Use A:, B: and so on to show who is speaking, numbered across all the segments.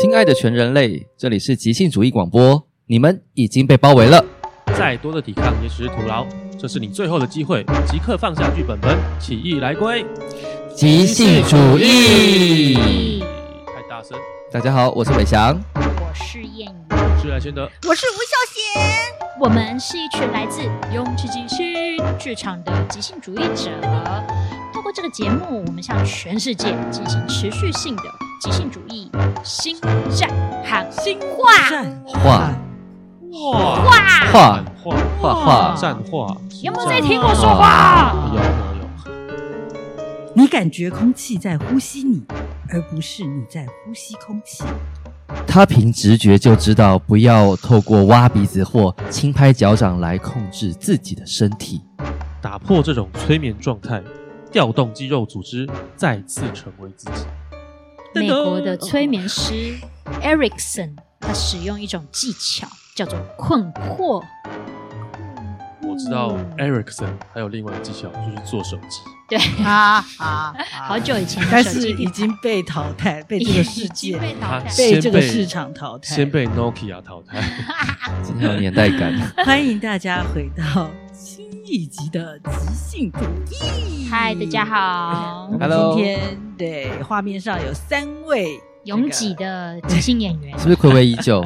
A: 亲爱的全人类，这里是即兴主义广播，你们已经被包围了。
B: 再多的抵抗也只是徒劳，这是你最后的机会，即刻放下剧本本，起义来归！
A: 即兴主义，
B: 太大声！
A: 大家好，我是伟翔。
C: 我是谚语，
B: 我是赖先德，
D: 我是吴孝贤，
C: 我们是一群来自勇气即兴剧场的即兴主义者。透过这个节目，我们向全世界进行持续性的即兴主义新战喊新话
A: 画
B: 哇
C: 话。
A: 画
B: 画
A: 画画，
B: 战话，
C: 有没有在听我说话？
B: 有有有，
D: 你感觉空气在呼吸你，而不是你在呼吸空气。
A: 他凭直觉就知道，不要透过挖鼻子或轻拍脚掌来控制自己的身体。
B: 打破这种催眠状态，调动肌肉组织，再次成为自己。
C: 美国的催眠师 Erickson，他使用一种技巧叫做困惑。
B: 我知道 Ericsson 还有另外一个技巧，就是做手机。
C: 对，
D: 啊啊！
C: 好久以前的
D: 但
C: 手
D: 是
C: 机
D: 已
C: 品
D: 经被淘汰，被
C: 牌
D: 这个世
C: 已
D: 界
C: 经、被淘汰
B: 他
D: 被这个市场淘汰。
B: 先被 Nokia 淘汰。
A: 真的有年代感。
D: 欢迎大家回到新一集的即兴主义。
C: 嗨，大 家。好
D: 我，们
A: Hello
D: 今天对画面上有三位
C: 拥挤的即兴演员
A: 是。不是暌违已久？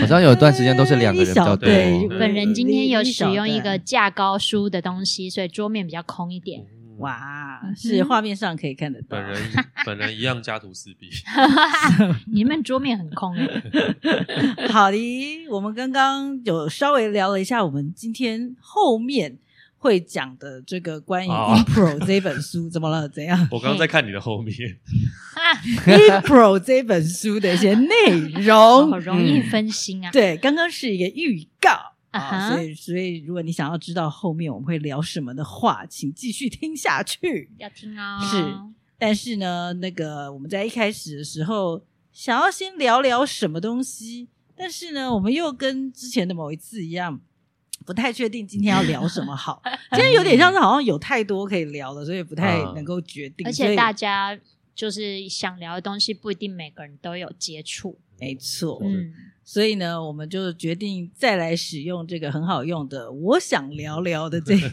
A: 好像有段时间都是两个人比较多。
B: 对一小对
C: 本人今天有使用一。
D: 对
C: 个架高书的东西，所以桌面比较空一点。
D: 哇
C: 嗯，
D: 是画面上可以看得到
B: 本。人本人一样家徒四壁。
C: 你们桌面很空哎，
D: 好的，我们刚刚有稍微聊了一下，我们今天后面会讲的这个关于
B: 哦
D: impro 这本书，怎么了？怎样
B: 我刚刚在看你的后面，
D: impro 这本书的一些内
C: 哦好
D: 容？
C: 容易分心啊。
D: 嗯对，刚刚是一个预告。
C: 啊
D: 啊，
C: 哈
D: 所以，所以，如果你想要知道后面我们会聊什么的话，请继续听下去。
C: 要听哦。
D: 是但是呢，那个我们在一开始的时候想要先聊聊什么东西，但是呢，我们又跟之前的某一次一样，不太确定今天要聊什 么好。今天有点像是好像有太多可以聊了，所以不太
B: 嗯
D: 能够决定。
C: 而
D: 所
C: 且
D: 以
C: 大家就是想聊的东西，不一定每个人都有接触。
D: 没错，
C: 嗯，
D: 所以呢，我们就决定再来使用这个很好用的“我想聊聊”的这个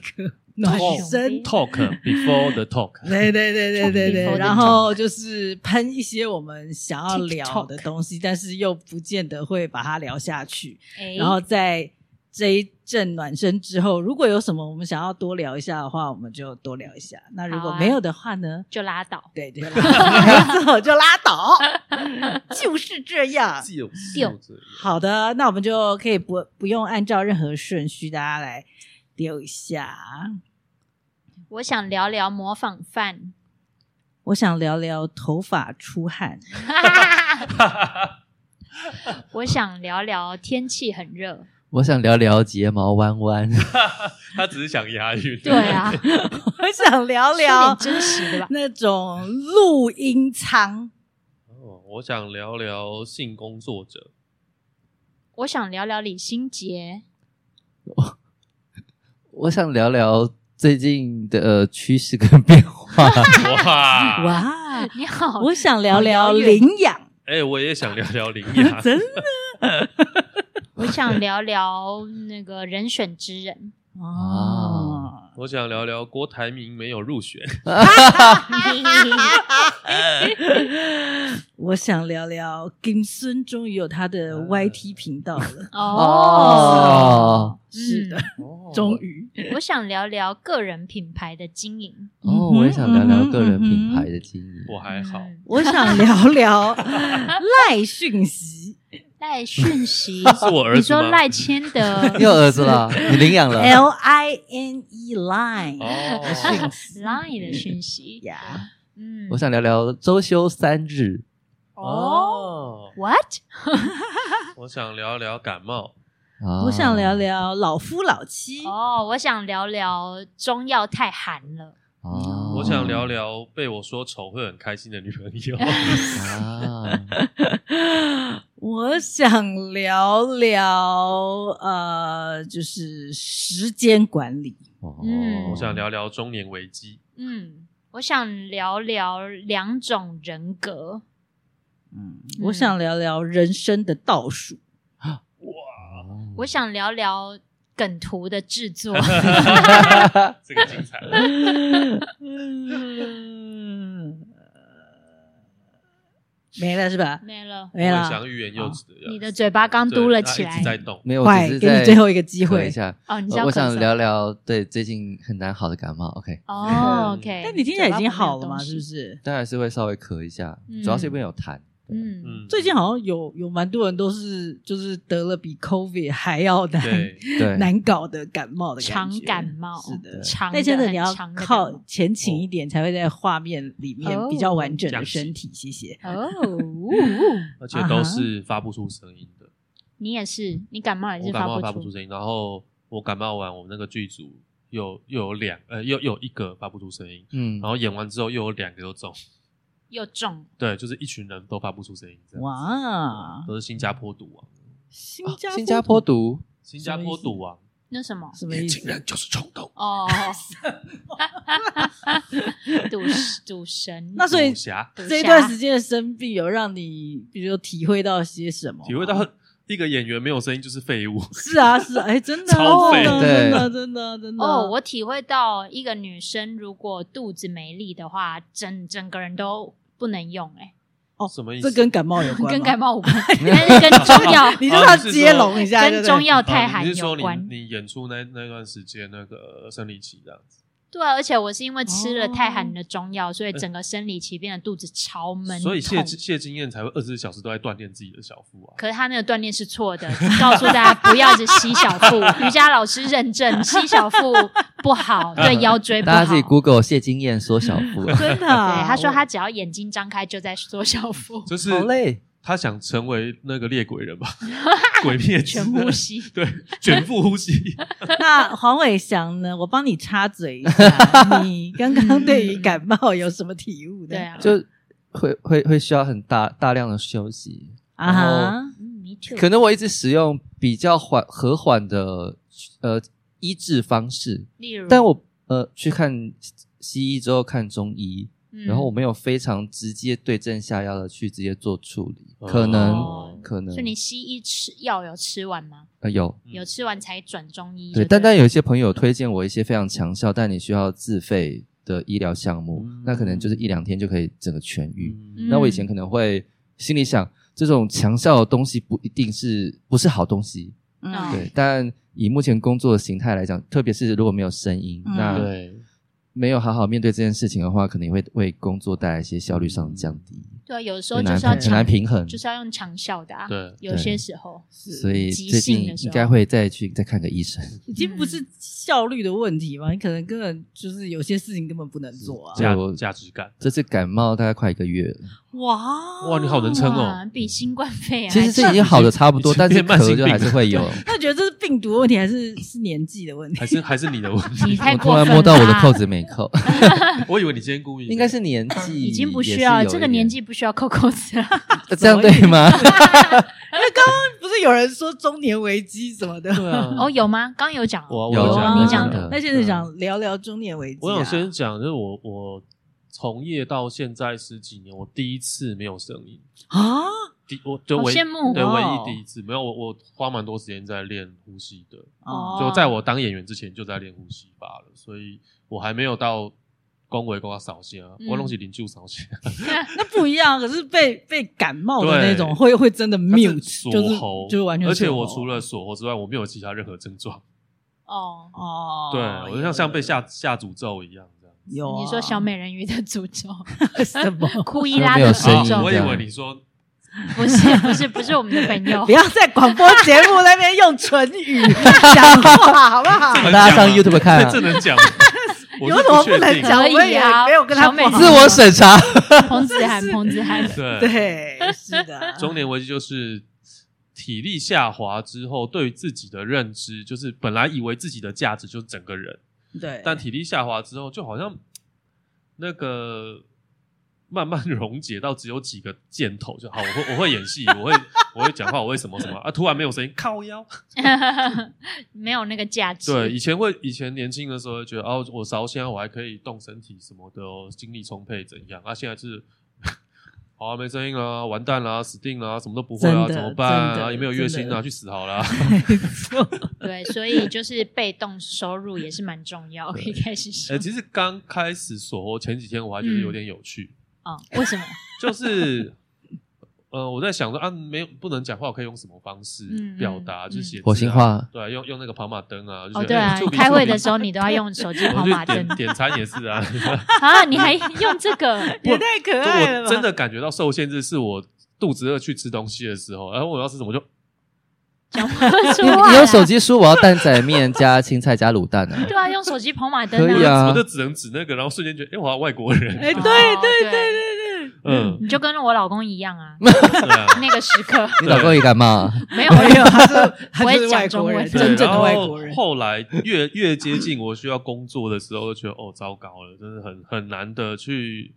D: 暖身。
B: talk before the talk。
D: 对对对对对
C: Before
D: 对，
C: the
D: 然后就是喷一些我们想要聊的
C: TikTok
D: 东西，但是又不见得会把它聊下去。
C: 哎，
D: 然后在这一阵暖身之后，如果有什么我们想要多聊一下的话，我们就多聊一下。那如果
C: 好啊
D: 没有的话呢？
C: 就拉倒。
D: 对，就拉倒，没错，就拉倒，就是这 样。
B: 就是
C: 丢
B: 这样
D: 好的，那我们就可以不不用按照任何顺序，大家来丢一下。
C: 我想聊聊模仿 犯。
D: 我想聊聊头发出汗。
C: 我想聊聊天气很热。
A: 我想聊聊睫毛弯弯，
B: 他只是想押韵。
C: 对啊，说
D: 我想聊聊
C: 点真实的吧。
D: 那种录音舱，
B: 哦，我想聊聊性工作者。
C: 我想聊聊李心洁。
A: 我想聊聊最近的呃趋势跟变化。
B: 哇！
D: 哇！
C: 你啊好，
D: 我想聊聊
C: 好遥远
D: 领养，。
B: 哎、我也想聊聊林雅
D: 真
C: 我想聊聊那个人选之人。啊
D: 哦，
B: 我想聊聊郭台铭没有入选。
D: 我想聊聊金孙终于有他的
C: 呃
D: YT 频道了，
C: 哦，
D: 是的，终于
C: 嗯我想聊聊个人品牌的经营。
A: 哦，我也想聊聊个人品牌的经营。
B: 我还好。
C: 嗯
D: 我想聊 聊赖讯息。
C: 赖讯息
B: 是我儿子吗
C: 你说赖千德
A: 你有儿子啦，你领养了。
D: L I N E line
B: 哦，
C: Line 的讯息，
D: 呀，
C: 嗯，
A: 我想聊聊周休三日。
C: 哦
B: 哦，
C: ，What？
B: 我想聊聊感冒。
A: 啊
D: 我想聊聊老夫老妻，
C: 哦，我想聊聊中药太寒了，
A: 哦
B: 我想聊聊被我说丑会很开心的女朋 友。
A: 啊，
D: 我想聊聊呃，就是时间管理。
A: 哦
C: 嗯
B: 我想聊聊中年危机。
C: 嗯，我想聊聊两种人格，
D: 嗯，我想聊聊人生的倒数。
C: 我想聊聊梗图的制 作，
B: 这个精彩了。
D: 没了是吧？
C: 没了。
D: 没
B: 我很
D: 了
B: 想，欲言又止的样子，
C: 哦你的嘴巴刚嘟了
B: 对它
C: 起
B: 一直
C: 来。
B: 在动。
A: 没有，我
D: 快
A: 只是
D: 给
A: 在
D: 你最后一个机
A: 咳一
D: 会。
A: 下。
C: 哦，你是
A: 呃
C: 要
A: 我
C: 咳
A: 想
C: 嗽
A: 聊聊对最近很难好的感冒，OK，
B: 嗯
C: 哦，OK。
D: 但你听起来已经好了嘛？
C: 嘛？
D: 是不？是？
A: 当然是会稍微咳一下，
C: 嗯
A: 主要是因为有痰。对
C: 嗯，
B: 嗯，
D: 最近好像有有蛮多人都是就是得了比 COVID 还要难
B: 对，
A: 对，
D: 难搞的感冒的
C: 常
D: 觉
C: 感冒，
D: 是的，
C: 常
D: 那真的
C: 很
D: 你要
C: 常的感
D: 靠
C: 冒
D: 前倾
B: 哦
D: 一点，才会在画面里面
C: 哦
D: 比较完整
B: 这样
D: 的
B: 子
D: 身体。谢谢。
C: 哦。
B: 而且都是发不出声音的。
C: 你也是，你感冒也
B: 我
C: 是
B: 感冒
C: 发
B: 发
C: 不
B: 不出。声音，然后我感冒完，我们那个剧组又又有两呃又又有一个发不出声音，
A: 嗯
B: 然，后演完之后又有两个都中，
C: 又重，
B: 对，就是一群人都发不出声音，这样哦
D: 哇，
B: 都是新加坡赌王，
D: 新
A: 啊
D: 加
A: 新加坡毒，
B: 新加坡赌王，
C: 那什么？
D: 什么意思？
B: 人就是冲动。
C: 哦， 赌赌神。
D: 那所以
B: 武侠
C: 赌
D: 这一
C: 侠
D: 段时间的生病有让你，比如说体会到些什么吗？
B: 体会到一个演员没有声音就是废物，
D: 是啊，是啊，哎，真的啊，
B: 超废
D: 真的，
A: 对
D: 真的，真的，啊真的。
C: 哦，我体会到一个女生如果肚子没力的话，整整个人都不能用、欸，
B: 什么意思？
D: 这跟感冒有关，
C: 跟感
D: 冒，
C: 冒无关， 但是跟中药
D: 你就是要
B: 哦你是说
D: 接龙一下，对
C: 跟
D: 不
C: 中
D: 对？
C: 药
B: 啊
C: 太
B: 你
C: 寒
B: 是说
C: 有
B: 你
C: 关。
B: 你演出那那段时间那个生理期这样子，
C: 对啊，而且我是因为吃了太寒
D: 哦
C: 的中药，所以整个生理期变得肚子超闷
B: 所以谢
C: 痛哦
B: 谢金燕才会二十四小时都在锻炼自己的小腹啊。
C: 可是他那个锻炼是错的，告诉大家不要是吸小 腹。瑜伽老师认证吸小腹 不 好，对腰
D: 哎
C: 椎不
A: 大
C: 好。
A: 家自己 Google 谢金燕缩小 腹，
D: 真 的
C: 对
D: 啊，，
C: 他说他只要眼睛张开就在缩 小腹，
B: 就是
A: 好累。
B: 他想成为那个猎鬼人吧，鬼灭之
C: 全呼，吸。
B: 对，卷腹呼吸。
D: 我。 那黄伟翔呢？我帮你插嘴一 下，你刚刚对于感冒有什么体悟呢？
C: 对啊，
A: 就会会会需要很大大量的休息。
D: 啊哈，
C: 嗯，me too。
A: 可能我一直使用比较缓和缓的呃医治方式，
C: 例如，
A: 但我呃去看西西医之后看中医，
C: 嗯
A: 然后我没有非常直接对症下药的去直接做处理，
B: 哦
A: 可能
C: 哦
A: 可能
C: 所以你西医吃药有吃完吗？
A: 呃有
B: 嗯
C: 有吃完才转中医就
A: 对，
C: 了。
A: 但但有一些朋友推荐我一些非常强效，但你需要自费的医疗项目，
B: 嗯
A: 那可能就是一两天就可以整个痊愈。
B: 嗯
A: 那我以前可能会心里想，这种强效的东西不一定是不是好东西，
D: 嗯啊
C: 哦
A: 对。但以目前工作的形态来讲，特别是如果没有声音，
D: 嗯
A: 那
B: 对，
A: 没有好好面对这件事情的话，可能也会为工作带来一些效率上的降低，
C: 对啊，有的时候
A: 很
C: 就
A: 难
C: 是要
A: 很
C: 长
A: 难，平衡。
C: 就是要用长效的啊。
B: 对
C: 有些时候
A: 所以
C: 急
A: 最近
C: 性的时
A: 应
C: 候
A: 该会再去再看个医生。
D: 已经不是效率的问题嘛，你可能根本就是有些事情根本不能做啊
A: 是。
B: 价
A: 我
B: 价值感。
A: 这次感冒大概快一个月了，
C: 嗯
D: 哇
B: 哇，你好能撑
C: 哇
B: 哦！
C: 比新冠肺炎
A: 其实
C: 还
A: 这已经好的差不多，
B: 已经
A: 但是
B: 变慢
A: 咳
B: 性
A: 就
B: 病
A: 还是会有。
D: 那觉得这是病毒的问题，还是是年纪的问题
B: 还？是还是你的问
C: 你
B: 题，
C: 太
A: 我
C: 过
A: 突
C: 分
A: 然
C: 了啊。
A: 摸到我的扣子没 扣，
B: 我以为你今天故意的，
A: 应该是年纪
C: 嗯已经不
A: 也
C: 需
A: 是
C: 要
A: 有一
C: 这个年
A: 点
C: 纪不需要扣扣子了。
A: 呃这样对 吗？
D: 不是有人说中年危机什么的，
B: 对啊。
A: 嗯
C: 哦，有吗？刚有讲哦，
B: 我
A: 有
B: 我
C: 啊
B: 讲
C: 你讲
A: 的
D: 那现在想聊聊中年危机、啊。
B: 我想先讲，就是我我从业到现在十几年，我第一次没有声音，
D: 啊，
B: 第我就
C: 好
B: 唯
C: 羡慕
B: 对唯
D: 哦
B: 一第一次没有我我花蛮多时间在练呼吸的，
C: 哦
B: 就在我当演员之前就在练呼吸法了，所以我还没有到恭维跟他扫线啊，
C: 嗯
B: 我拢是零就扫 线，
D: 那不一样，可是被被感冒的那种，
B: 对
D: 会会真的 mute，
B: 锁
D: 就是
B: 喉，
D: 就是完全锁喉。
B: 而且我除了锁喉之外，我没有其他任何症状，
C: 哦，
D: 哦，
B: 对我就像像被下下诅咒一样这样。
D: 有啊
C: 哦你说 小美人鱼的诅 咒，
D: 什 么？
C: 库伊拉的
A: 有声
C: 诅
A: 音
C: 咒
B: 啊我以
A: 这样
B: 为你说
C: 不是不是不是我们的朋友
D: 不，要在广播节目那边用唇 语讲话，好不好？
B: 这能
A: 大家
B: 讲
A: 上
B: 吗
A: YouTube 看啊
B: 这能 讲吗，我
D: 有
B: 是
D: 什么
B: 确
D: 不能
B: 定
D: 讲？
C: 可以啊
D: 我也没有跟他
C: 小美
D: 不好
A: 自我审查，
C: 彭子涵，彭子涵，
B: 对。
D: 对，是的，
B: 中年危机就是体力下滑之后，对于自己的认知，就是本来以为自己的价值就是整个人，
D: 对，
B: 但体力下滑之后，就好像那个慢慢溶解到只有几个箭头就好。我会我会演戏，我会我会讲话，我会什么什么啊，突然没有声音，靠腰。
C: 没有那个价值。
B: 对，以前会以前年轻的时候会觉得哦，我烧香我还可以动身体什么的哦，精力充沛怎样啊？现在是。好啊，没声音啦，完蛋啦，死定啦，什么都不会啊，
D: 真的
B: 怎么办
D: 真
B: 啊？
D: 的
B: 有没有月薪
D: 真
B: 啊？
D: 的
B: 去死好啦！
D: 没错，
C: 对，所以就是被动收入也是蛮重要，可以开始
B: 哎、
C: 想
B: 其实刚开始锁前几天我还觉
C: 嗯
B: 得有点有趣，
C: 啊、为什么？
B: 就是呃，我在想说啊，没有不能讲话，我可以用什么方式
C: 嗯
B: 表达？
C: 嗯
B: 就是写字啊
A: 火星，话，
B: 对啊，用用那个跑马灯啊，就
C: 哦，
B: 是
C: 对啊，
B: 哎
C: 你
B: 触笔
C: 开会
B: 触笔
C: 的时候你都要用手机跑
B: 我
C: 马
B: 去
C: 灯
B: 点 点餐也是啊，
C: 啊，你还用这个？
D: 也太可
B: 就
D: 爱了
B: 我
D: 吧！
B: 真的感觉到受限制，是我肚子饿去吃东西的时候，然后我要吃什么就
C: 讲不 出
A: 你
C: 来、啊。
A: 你用手机说我要蛋仔面加青菜加卤蛋 啊，
C: 对啊，用手机跑马灯
A: 可以
C: 啊。
A: 啊
B: 我就，只能指那个，然后瞬间觉得哎，我好像外国人，
D: 哎，对
C: 哦
D: 对
C: 对
D: 对对对，
B: 嗯，
C: 你就跟我老公一样啊，
B: 对啊，
C: 那个时刻
A: 你老公也敢啊骂？
C: 没有
D: 没有，他是他
C: 我也
D: 就是
C: 讲
D: 外
C: 中
D: 国
C: 文
D: 人，
B: 对
D: 真正
B: 然
D: 的
B: 后
D: 外国人。
B: 后来越越接近我需要工作的时候，就觉得哦，糟糕了，真的很很难的去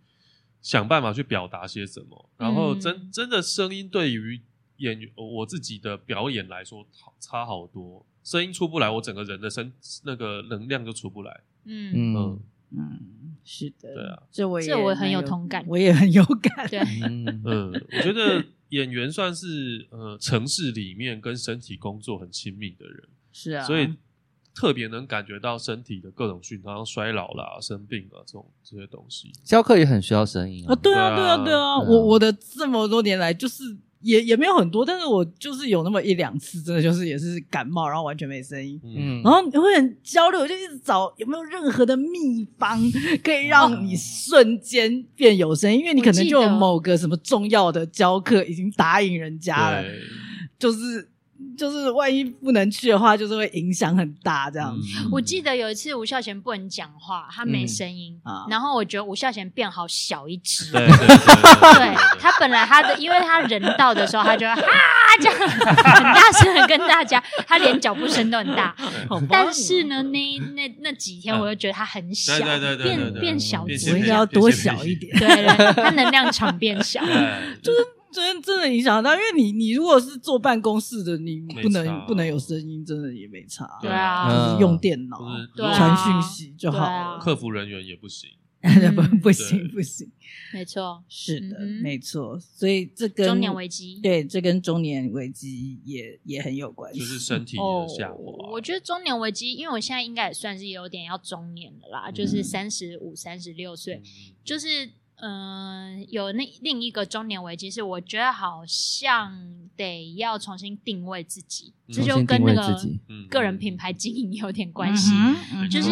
B: 想办法去表达些什么。然后真、
C: 嗯
B: 真的声音对于演员我自己的表演来说，好差好多。声音出不来，我整个人的身那个能量就出不来。
C: 嗯，
A: 嗯
D: 嗯，是的，
B: 对啊，
D: 这我也
C: 这我
D: 蛮
C: 很有同感
D: 我也很有感。
C: 对，
A: 嗯，
B: 嗯，我觉得演员算是呃城市里面跟身体工作很亲密的人。
D: 是啊，
B: 所以特别能感觉到身体的各种讯号，像衰老啦、生病啊这种这些东西。
A: 教课也很需要声音
C: 哦
D: 啊，
A: 啊。
D: 对啊，对
B: 对
D: 啊，
B: 啊
D: 对啊，
A: 对啊
D: 我我的这么多年来就是。也也没有很多，但是我就是有那么一两次，真的就是也是感冒，然后完全没声音，
B: 嗯，
A: 嗯，
C: 哦
D: 然后你会很焦虑，我就一直找有没有任何的秘方可以让你瞬间变有声音，因为你可能就
C: 我
D: 有
C: 记得
D: 某个什么重要的教课已经答应人家了，
B: 对，
D: 就是就是万一不能去的话，就是会影响很大这
B: 这
D: 样子。
C: 我记得有一次吴孝贤不能讲话，他没声音，
D: 嗯啊
C: 然后我觉得吴孝贤变好小一只。
B: 对对对
C: 对他本来他的，因为他人到的时候，他就会哈这样很大声的跟大家，他连脚步声都很大。
D: 好棒
C: 但是呢，那那那几天我就觉得他很小，
B: 对对对对对
C: 变
B: 对
C: 变小
B: 变
C: 只
D: 我
B: 小
D: 应
B: 只
D: 该要多小一点。
C: 对对，他能量场变小。
B: 对，就是
D: 真真的影响到，因为你你如果是坐办公室的，你
B: 没
D: 不
B: 差哦
D: 能不能有声音，真的也没差，
C: 对
B: 对
D: 就
C: 啊，
A: 嗯
D: 是用电脑
B: 就、是如果
C: 对啊
D: 传讯息就好
C: 对啊
D: 了。
B: 客服人员也不行。
D: 不
C: 嗯
D: 不行
B: 对
D: 不行，
C: 没错，
D: 是的，
C: 嗯哼
D: 没错，所以这跟
C: 中年危机。
D: 对这跟中年危机也也很有关系，
B: 就是身体的下滑，
C: 哦我觉得中年危机，因为我现在应该也算是有点要中年了啦，就是
D: 嗯
C: 三十五、三十六岁，
B: 嗯
C: 就是嗯、呃有那另一个中年危机是，我觉得好像得要重新定位自己，
B: 嗯
C: 这
A: 重
C: 就
A: 新定
C: 跟那
A: 位
C: 个
A: 自己
B: 嗯
C: 个人品牌经营有点关系，
D: 嗯哼
C: 就是。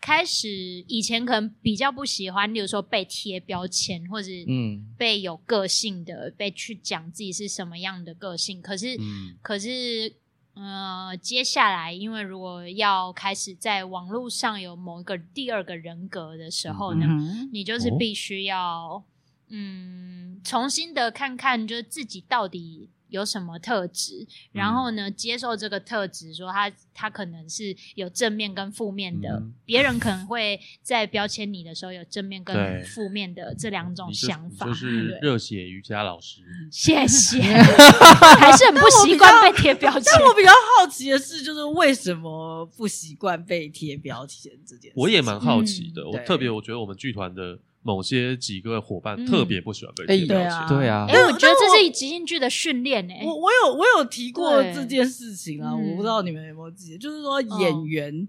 C: 开始以前可能比较不喜欢，例如说被贴标签，或者
A: 嗯
C: 被有个性的被去讲自己是什么样的个性，可是，
B: 嗯
C: 可是，呃，接下来因为如果要开始在网络上有某一个第二个人格的时候呢，
D: 嗯
C: 你就是
B: 哦
C: 必须要，嗯，重新的看看，就是自己到底有什么特质，
B: 嗯
C: 然后呢，接受这个特质，说他他可能是有正面跟负面的，
B: 嗯
C: 别人可能会在标签你的时候有正面跟
B: 对
C: 负面的这两种
B: 你就
C: 想法，
B: 你就是
C: 对
B: 热血瑜伽老师，
C: 谢 谢，还是很不习惯被贴标签
D: 但。我比较好奇的是，就是为什么不习惯被贴标签这件事？
B: 我也蛮好奇的。
D: 嗯
B: 我
D: 对
B: 特别，我觉得我们剧团的某些几个伙伴
C: 嗯
B: 特别不喜欢被
A: 哎
B: 贴标
D: 对
B: 签
D: 啊，
A: 对啊
C: 哎、，我觉得这是即兴剧的训练欸呢、
D: 我我有我有提过
C: 哎对
D: 这件事情啊，
C: 嗯
D: 我不知道你们有没有记得，就是说
C: 嗯
D: 演员，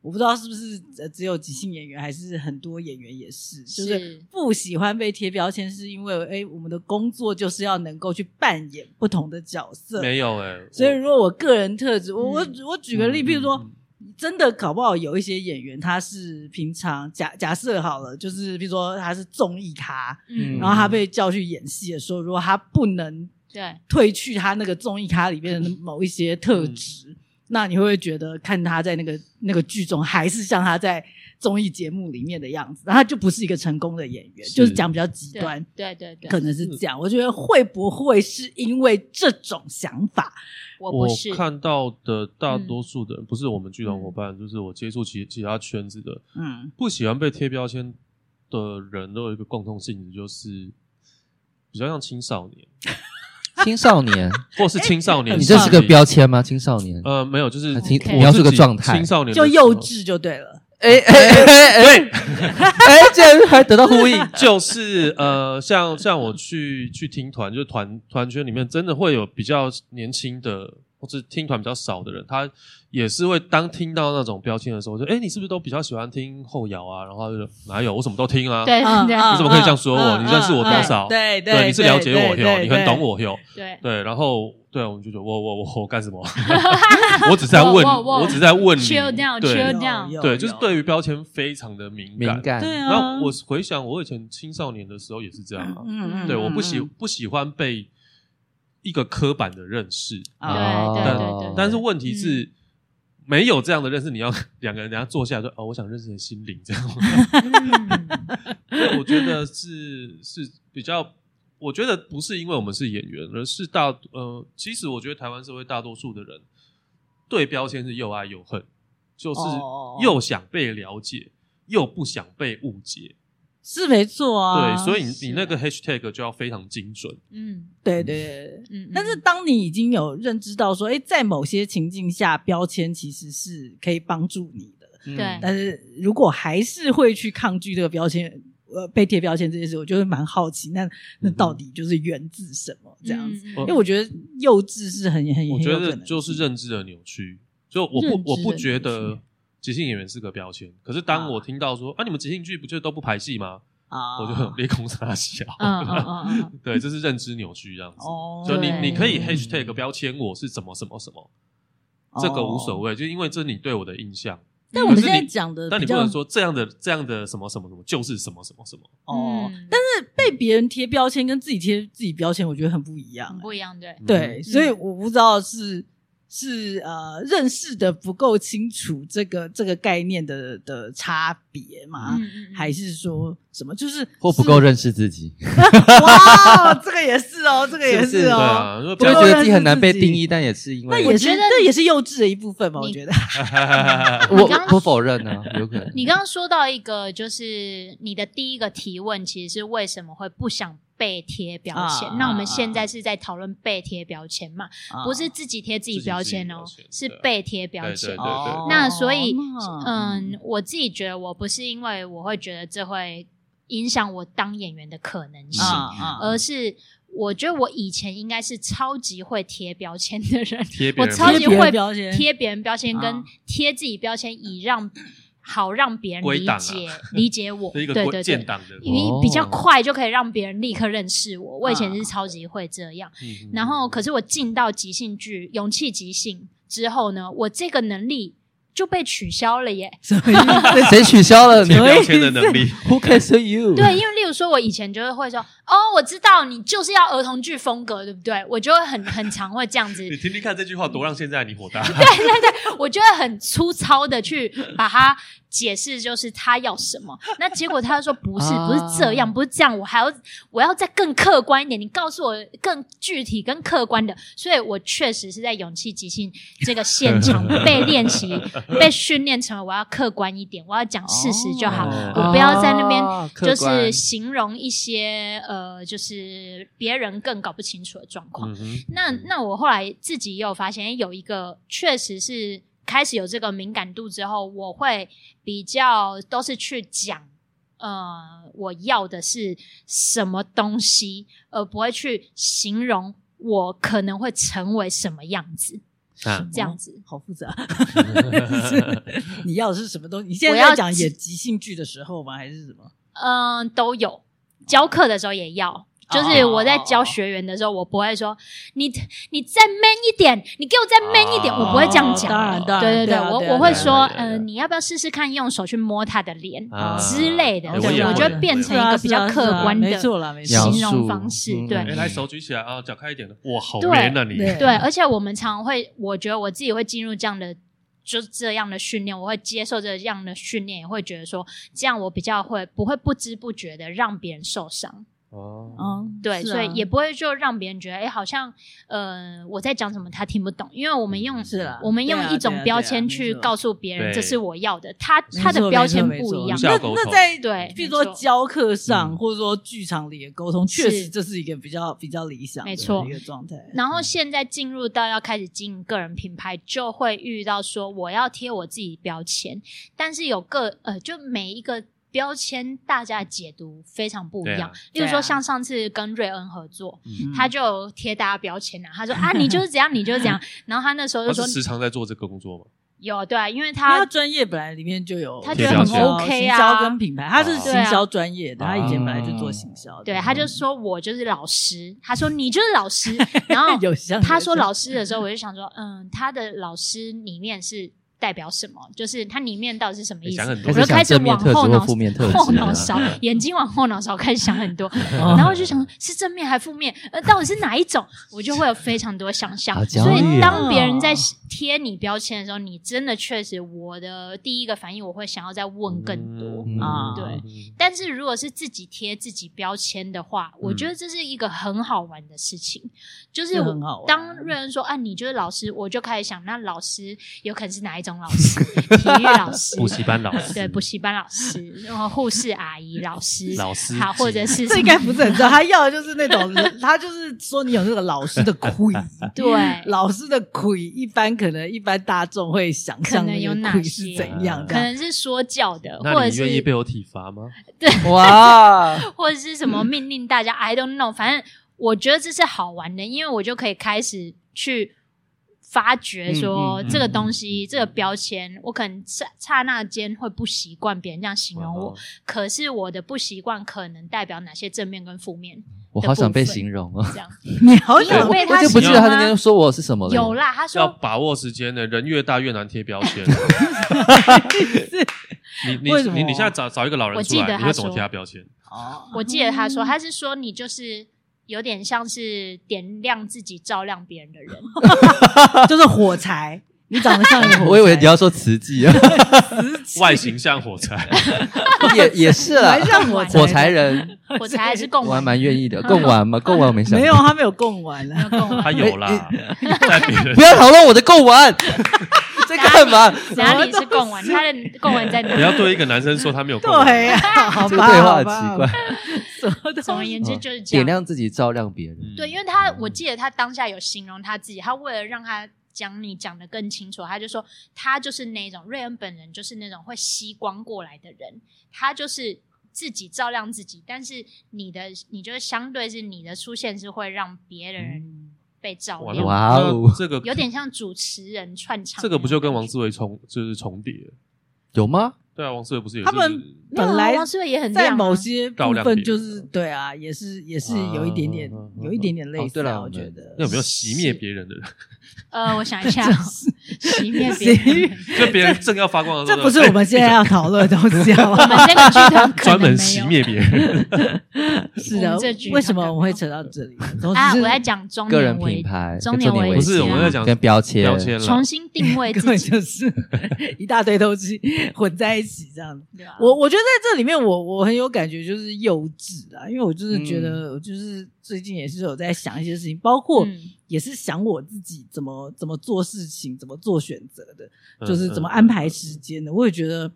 D: 我不知道是不是呃只有即兴演员，还是很多演员也是，就是
C: 是
D: 不喜欢被贴标签，是因为哎、我们的工作就是要能够去扮演不同的角色。
B: 没有哎、
D: 啊所以，
B: 我
D: 如果我个人特质，我我
C: 嗯
D: 我举个例，
B: 嗯
D: 譬如说，
B: 嗯
D: 真的搞不好有一些演员，他是平常假假设好了，就是比如说他是综艺咖，
C: 嗯，
D: 然后他被叫去演戏的时候，如果他不能
C: 对，
D: 褪去他那个综艺咖里面的某一些特
B: 嗯
D: 质，那你会不会觉得看他在那个那个剧中还是像他在综艺节目里面的样子，然后他就不是一个成功的演员，
B: 是
D: 就是讲比较极端
C: 对，，对，对，
D: 可
C: 对，
D: 能是这样。我觉得会不会是因为这种想法？
C: 我
B: 我
C: 不是，
B: 看到的大
D: 嗯
B: 多数的人，不是我们剧团伙伴，就是我接触其其他圈子的，
D: 嗯，
B: 不喜欢被贴标签的人都有一个共通性质，就是比较像青少年，
A: 青少年，
B: 或
D: 哎
B: 是青少年。
A: 你这是个
B: 自己
A: 标签吗？青少年，
B: 呃，没有，就是
A: 青
B: 我自己
A: 描述个状态
B: 青少年的
D: 就
B: 时候
D: 幼稚就对了。
A: 哎哎哎哎， 哎，竟然还得到呼应，
B: 就是呃，像像我去去听团，就团团圈里面真的会有比较年轻的，或是听团比较少的人，他也是会当听到那种标签的时候，就哎、诶你是不是都比较喜欢听后摇啊？然后他就说哪有，我什么都听啊。
C: 对
D: 嗯
C: 哎对
D: 嗯
B: 你怎么可以这样说我
D: 嗯
B: 你认识我多少
D: 嗯对
B: 对你是了解我哟，你很懂。我哟。
C: 对，
B: 对，然后对，我们就觉得我我我我干什 么？ 我只是在问，
C: 我我我
B: 我只是在问你。
C: Chill down，
B: 对
C: chill 这样
B: 对，就是对于标签非常的敏
A: 敏感，
D: 对啊。
B: 然后我回想我以前青少年的时候也是这样啊，
D: 嗯，嗯
B: 对，我不喜
D: 嗯
B: 不喜欢被一个刻板的认识，
C: 对
D: 啊
A: 哦
C: 对
B: 但
C: 对对对
B: 但是问题是。
D: 嗯
B: 没有这样的认识，你要 两个人，等下坐下来说哦，我想认识你的心灵， 这样。
C: 嗯
B: 对我觉得是是比较，我觉得不是因为我们是演员，而是大呃，其实我觉得台湾社会大多数的人对标签是又爱又恨，就是
D: 哦
B: 又想被了解，又不想被误解。
D: 是没错啊。
B: 对，所以你
D: 是
B: 你那个 hashtag 就要非常精准。
C: 嗯
D: 对对对对。
C: 嗯，
D: 但是当你已经有认知到说，哎，在某些情境下，标签其实是可以帮助你的，
A: 嗯
C: 对
D: 但是如果还是会去抗拒这个标签，呃，被贴标签这件事，我就会蛮好奇，那那
B: 嗯
D: 到底就是源自什么这样子？
C: 嗯
B: 我
D: 因为我觉得幼稚是很很，
B: 我
D: 很有
B: 觉
D: 可
B: 得
D: 能
B: 就是认知的扭曲。就我
D: 认
B: 不
D: 知
B: 我不
D: 的
B: 觉
D: 扭
B: 得
D: 曲
B: 即兴演员是个标签，可是当我听到说啊，你们即兴剧不就都不排戏吗？
D: 啊，
B: 我就很裂空傻笑。
C: 嗯嗯嗯嗯嗯，
B: 对，这是认知扭曲这样子。
D: 哦，
B: 就你
C: 对
B: 你可以 hashtag 标签我是怎么什么什么，
D: 哦
B: 这个无所谓，就因为这是你对我的印象。
D: 但我们
B: 可是
D: 现在
B: 你
D: 讲的
B: 但
D: 呃比
B: 你不
D: 较
B: 能说这样的这样的什么什么什么就是什么什么什么。
D: 哦
C: 嗯，
D: 但是被别人贴标签跟自己贴自己标签，我觉得很不一样
C: 很。不一样，对，
D: 对，
B: 嗯
D: 所以我不知道是是呃认识的不够清楚这个这个概念的的差别嘛，
C: 嗯嗯嗯
D: 啊还是说什么就是
A: 或不够认识自己，
D: 是哇，这个也是哦，这个也
A: 是不是
B: 对
D: 哦。
B: 啊，因为
A: 就
B: 标
A: 会觉
D: 不
A: 得
D: 够认
A: 自
D: 识
A: 己很难被
D: 自己
A: 定义，但也是因
D: 那
A: 为
D: 也
C: 我
D: 是，
C: 觉得
D: 这也是幼稚的一部分嘛，我
C: 你
D: 觉得。
A: 我
C: 你刚
A: 不否认啊，有可能。
C: 你刚刚说到一个，就是你的第一个提问，其实是为什么会不想被贴标签？
D: 啊
C: 那我们现在是在讨论被贴标签嘛，不是自己贴自己标签哦，
B: 自己贴自己
C: 是
B: 标签啊
C: 被贴标签。
B: 对对
D: 哦
C: 那所以
D: 那
C: 嗯，我自己觉得我不是因为我会觉得这会影响我当演员的可能性，
D: 啊
C: 而是我觉得我以前应该是超级会贴标签的人，
B: 贴别
C: 我
B: 人
C: 超级
D: 贴别人
C: 会
D: 标签
C: 贴别人标签跟
D: 啊
C: 贴自己标签，以让好让别人
B: 归
C: 理
B: 档啊
C: 解理解我，
B: 是一
C: 对
B: 个
C: 对
B: 国
C: 对，
B: 建档的哦
C: 因
D: 哦
C: 为比较快就可以让别人立刻认识我。我以前是超级会这样，
B: 啊嗯
C: 然后可是我进到即兴剧《勇气即兴》之后呢，我这个能力就被取消了耶。
D: 什么意思？
A: 谁取消了 你
B: 贴标签的能力，
A: ？Who cares you？
C: 对，，因为例如说，我以前就是会说，哦，我知道你就是要儿童剧风格，对不对？我就会很很常会这样子
B: 你听听看这句话多让现在你火大。
C: 我就会很粗糙的去把它解释，就是他要什么。那结果他就说不是，
A: 啊
C: 不是这样，不是这样，我还要我要再更客观一点，你告诉我更具体、更客观的。所以我确实是在勇气即兴这个现场被 练习、被训练成为我要客观一点，我要讲事实就好，
B: 哦
C: 我不要在那边。
A: 哦客
C: 就
A: 观
C: 是形容一些呃，就是别人更搞不清楚的状况。
B: 嗯哼
C: 那那我后来自己也有发现，诶有一个确实是开始有这个敏感度之后，我会比较都是去讲，呃，我要的是什么东西，而不会去形容我可能会成为什么样子，
B: 啊
C: 这
A: 哦
C: 样子。
D: 好复杂。是你要的是什么东西？你现
C: 我
D: 在
C: 要
D: 在讲
C: 即
D: 演即兴剧的时候吗？还是什么？
C: 嗯、都有。教课的时候也
D: 哦
C: 要，就是我在教学员的时候，我不会说你你再 man 一点，你给我再 man 一点，我不会这样讲。
D: 哦当然，当然，
C: 对对
D: 对
C: 对，
D: 啊，
C: 我
D: 对啊
C: 我会
D: 对啊
C: 说，
B: 对啊对啊
C: 呃，你要不要试试看用手去摸他的脸
B: 啊
C: 之类的？
B: 哎
D: 我
C: 就
D: 也
C: 是我
D: 会
C: 觉
D: 我
C: 得
D: 也
C: 变
B: 会
C: 成一个比较
D: 是啊
C: 客
D: 是啊
C: 观
D: 没
C: 的
D: 错啦，没错
A: 描
C: 形
A: 述
C: 容方式
A: 嗯，
B: 哎，
C: 对。
B: 来手举起来啊，脚开一点的，哇，好
C: 对
B: man 啊你！
D: 对
C: 对，而且我们常会，我觉得我自己会进入这样的，就这样的训练，我会接受这样的训练，也会觉得说，这样我比较会不会不知不觉的让别人受伤。
B: 哦，
D: 嗯，
C: 对，
D: 是啊
C: 所以也不会就让别人觉得，哎，好像呃我在讲什么他听不懂，因为我们用
D: 是啦
C: 我们
D: 对
C: 用
D: 啊
C: 一
D: 对啊
C: 种
D: 对
C: 标
D: 啊
C: 签
D: 没
C: 去
D: 错
C: 告诉别人
B: 对
C: 这是我要的，他
D: 没
C: 他的
D: 错
C: 标
D: 没错
C: 签
D: 没
C: 不
D: 错
C: 一样
B: 无。
D: 那
B: 效沟
D: 那
B: 通
D: 在
C: 对
D: 比如
C: 没
D: 说
C: 错
D: 教课上，
B: 嗯
D: 或者说剧场里的沟通，确实
C: 是
D: 这是一个比较比较理想的
C: 没错
D: 一个状态。
C: 然后现在进入到要开始经营个人品牌，就会遇到说我要贴我自己标签，但是有个呃，就每一个标签大家解读非常不一
B: 对
C: 样。
B: 啊
C: 例如
D: 对
C: 说
D: 啊
C: 像上次跟瑞恩合作，
D: 嗯
C: 他就有贴大家标签啊，他 说啊你就是这样，你就是这样。然后他那时候
B: 他
C: 就是说
B: 时常在做这个工作吗？
C: 有对啊、因为
D: 因为
C: 他
D: 他专业本来里面就有，
C: 他
B: 觉得很
D: 行销
C: OK
D: 行
C: 啊
D: 销跟品牌，他是
B: 哦
D: 行销专业
B: 对
D: 的，
B: 啊
D: 他以前本来就做行销的。
C: 对他就说我就是老师，他说你就是老师，然后
D: 有像
C: 他说老师的时候，我就想说，嗯，他的老师里面是代表什么？就是他里面到底是什么意
B: 你
C: 思？
B: 想很多
C: 我
B: 我
A: 是哎
C: 就
A: 想
C: 开始
A: 正面
C: 往
A: 特质
C: 后
A: 或
C: 脑
A: 负面特
C: 后
A: 质啊
C: 脑勺，眼睛往后脑勺开始想很 多，
D: 哦
C: 然后就想说是正面还负面，呃，到底是哪一种？我就会有非常多想
A: 好
C: 象。
A: 焦
C: 所
A: 虑啊
C: 以当别人在贴你标签的时候，你真的确实，我的第一个反应我会想要再问更多。
A: 嗯
D: 啊
C: 对
B: 嗯
C: 但是如果是自己贴自己标签的话，我
B: 嗯
C: 觉得这是一个很好玩的事情。就是
D: 这
C: 我
D: 很好玩
C: 当瑞恩说啊，你就是老师，我就开始想，那老师有可能是哪一种老师？ 体育老师，
B: 补习班老师，
C: 对，补习班老师，然后护士阿姨老师，
B: 老师
C: 好，或者是
D: 这应该不是很知道，他要的就是那 种，他就是说你有那个老师的亏，
C: 对
D: 老师的亏，一般可能一般大众会想象
C: 可能
D: 那
C: 有
D: 个
C: 哪
D: 亏
C: 些
D: 是怎样
C: 可
D: 的。
C: 能是说教的，
B: 那
C: 或者
B: 你愿意
C: 是
B: 被我体罚吗？
D: 哇，
C: 或者是什
A: 嗯
C: 么命令大家、i don't know，反正我觉得这是好玩的，因为我就可以开始去发掘说
A: 嗯嗯嗯嗯
C: 这个东西、这个标签，我可能刹刹那间会不习惯别人这样形容我，
B: 哦
C: 可是我的不习惯可能代表哪些正面跟负面，
A: 我好想被
C: 的部分
A: 形容哦，
C: 这样
D: 你好
C: 你有
D: 想
C: 被
A: 我
C: 他
A: 就不记得
C: 形容
A: 他
C: 吗
A: 那天 说我是什么了。
C: 有啦，他
B: 要
C: 说。
B: 把握时间的，人越大越难贴标 签。你你
D: 为什么
B: 你你现在找找一个老人出
C: 我记得
B: 来，
C: 他
B: 你会怎么贴他标签？
D: 哦
C: 我记得他说，他是说你就是有点像是点亮自己、照亮别人的 人，
D: 就是火柴，你长得像一个火柴
A: 我以为你要说慈济啊，
B: 外形像火柴，
A: 也也是 啦
D: 蛮，像火柴的
A: 火柴人，
C: 我才还是共
A: 我还
C: 鸣，
A: 蛮愿意的。贡丸吗？贡丸我没想到
D: 没有，啊他没有供完啊
C: 没
D: 了。
C: 有共鸣。
B: 他有 啦，在别人
A: 不要讨论我的贡丸，在干嘛？
C: 哪里是 贡丸？他的贡丸在哪
B: 不
C: 里？
B: 要对一个男生说他没有共鸣
D: 对呀，啊好
A: 这个
D: 吧，
A: 对话
D: 好
A: 很
D: 吧
A: 奇怪。。
D: 什么
C: 总
D: 东
C: 而
D: 西？
C: 言之就是这
A: 点
C: 样。
A: 亮自己，照亮别
B: 嗯
A: 人。
C: 对，因为他我记得他当下有形容他自己，他为了让他讲你讲的更清楚，他就说他就是那种瑞恩本人就是那种会吸光过来的人，他就是。自己照亮自己，但是你的，你就是相对是你的出现是会让别人
A: 嗯
C: 被照
B: 哇
C: 亮，
A: 哇哦
B: 这个
C: 有点像主持人串场那种感觉。
B: 这个不就跟王思维重就是重叠？
A: 有吗？
B: 对啊，王思维不是也是
D: 他们
C: 没有啊
D: 本来
C: 王思维也很
D: 在
C: 亮啊
D: 某些部分就
B: 照亮别
D: 是
B: 人
D: 对啊，也是也是有一点点
B: 啊啊啊啊，
D: 有一点点类
A: 哦
D: 似
A: 对
D: 啊。
A: 了
D: 我
A: 我
D: 觉
A: 们
D: 得
B: 那有没有熄灭别人的人？
C: 呃，我 想一下哦，熄灭别人。
B: 就别人正要发光的时
D: 这
B: 候，
D: 不是我们现在要讨论的东西，好
C: 我
D: 吗？
C: 们 这个剧团可能
B: 哎专门
C: 没有
B: 熄灭别 人。
D: 是
C: 我
D: 的
C: 们这局，
D: 为什么我们会扯到这里？总
C: 啊，
D: 之
C: 我
D: 是
C: 在讲中
A: 个人
C: 年危
A: 品牌、
C: 中
A: 跟
C: 年
A: 年
C: 危
A: 危
C: 机
A: 机
C: 啊
B: 不是我们在讲
A: 跟标签
B: 标签了
C: 重新定 位
D: 根
C: 自
D: 本
C: 己。
D: 就是一大堆东西混在一起这样子。
C: 对吧啊
D: 我我觉得在这里面我，我很有感觉，就是幼稚啊，因为我就是觉得，
B: 嗯
D: 我就是最近也是有在想一些事情，包括
C: 嗯
D: 也是想我自己怎么怎么做事情，怎么做选择的，
B: 嗯
D: 就是怎么安排时间的。我也觉得，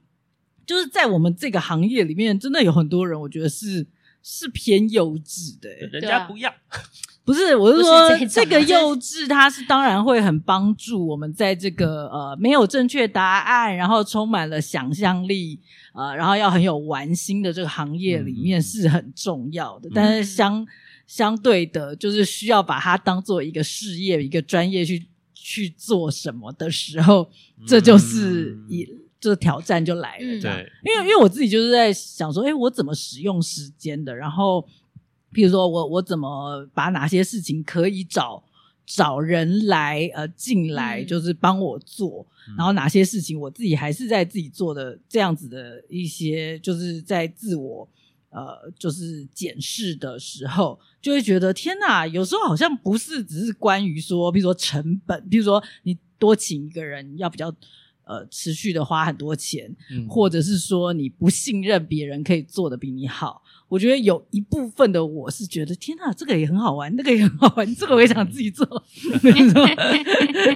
D: 就是在我们这个行业里面，真的有很多人，我觉得是是偏幼稚的、欸
B: 人
C: 对啊
B: 家不要，
D: 不是，我是
C: 不
D: 说
C: 是这种啊
D: 这 个幼稚，它是当然会很帮助我们在这个呃没有正确答案，然后充满了想象力，呃，然后要很有玩心的这个行业里面
A: 嗯
D: 是很重要的。但是
C: 嗯
D: 相相对的，就是需要把它当做一个事业、一个专业去去做什么的时候，这就是
B: 嗯
D: 一、这挑战就来了。
C: 嗯
D: 这样
B: 对，
D: 因为因为我自己就是在想说，哎，我怎么使用时间的？然后，譬如说我我怎么把哪些事情可以找找人来呃进来，
C: 嗯
D: 就是帮我做，
B: 嗯
D: 然后哪些事情我自己还是在自己做的这样子的一些，就是在自我。呃，就是检视的时候，就会觉得天哪，有时候好像不是只是关于说，比如说成本，比如说你多请一个人要比较呃持续的花很多钱，
A: 嗯
D: 或者是说你不信任别人可以做的比你好，我觉得有一部分的我是觉得，天哪，这个也很好玩，那个也很好玩，这个我也想自己做，你知道吗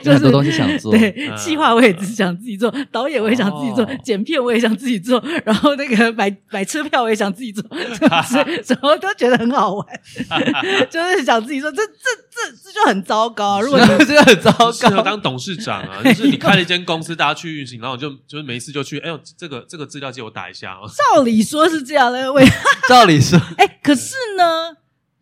D: 就
A: 有
D: 是
A: 很多东西想做
D: 对，
B: 嗯
D: 企划我也只想自己做，导演我也想自己做
A: 哦，
D: 剪片我也想自己做，然后那个买买车票我也想自己做，就是什么都觉得很好玩，就是想自己做，这这这这就很糟糕。 如果你
A: 这个很糟
B: 适合
A: 糕。
B: 当董事长 啊，就是你开了一间公司，大家去运行，然后你就就是没事就去，哎呦，这个这个资料借我打一下啊，
D: 照理说是这样的，为
A: 照理说，
D: 哎、可是呢，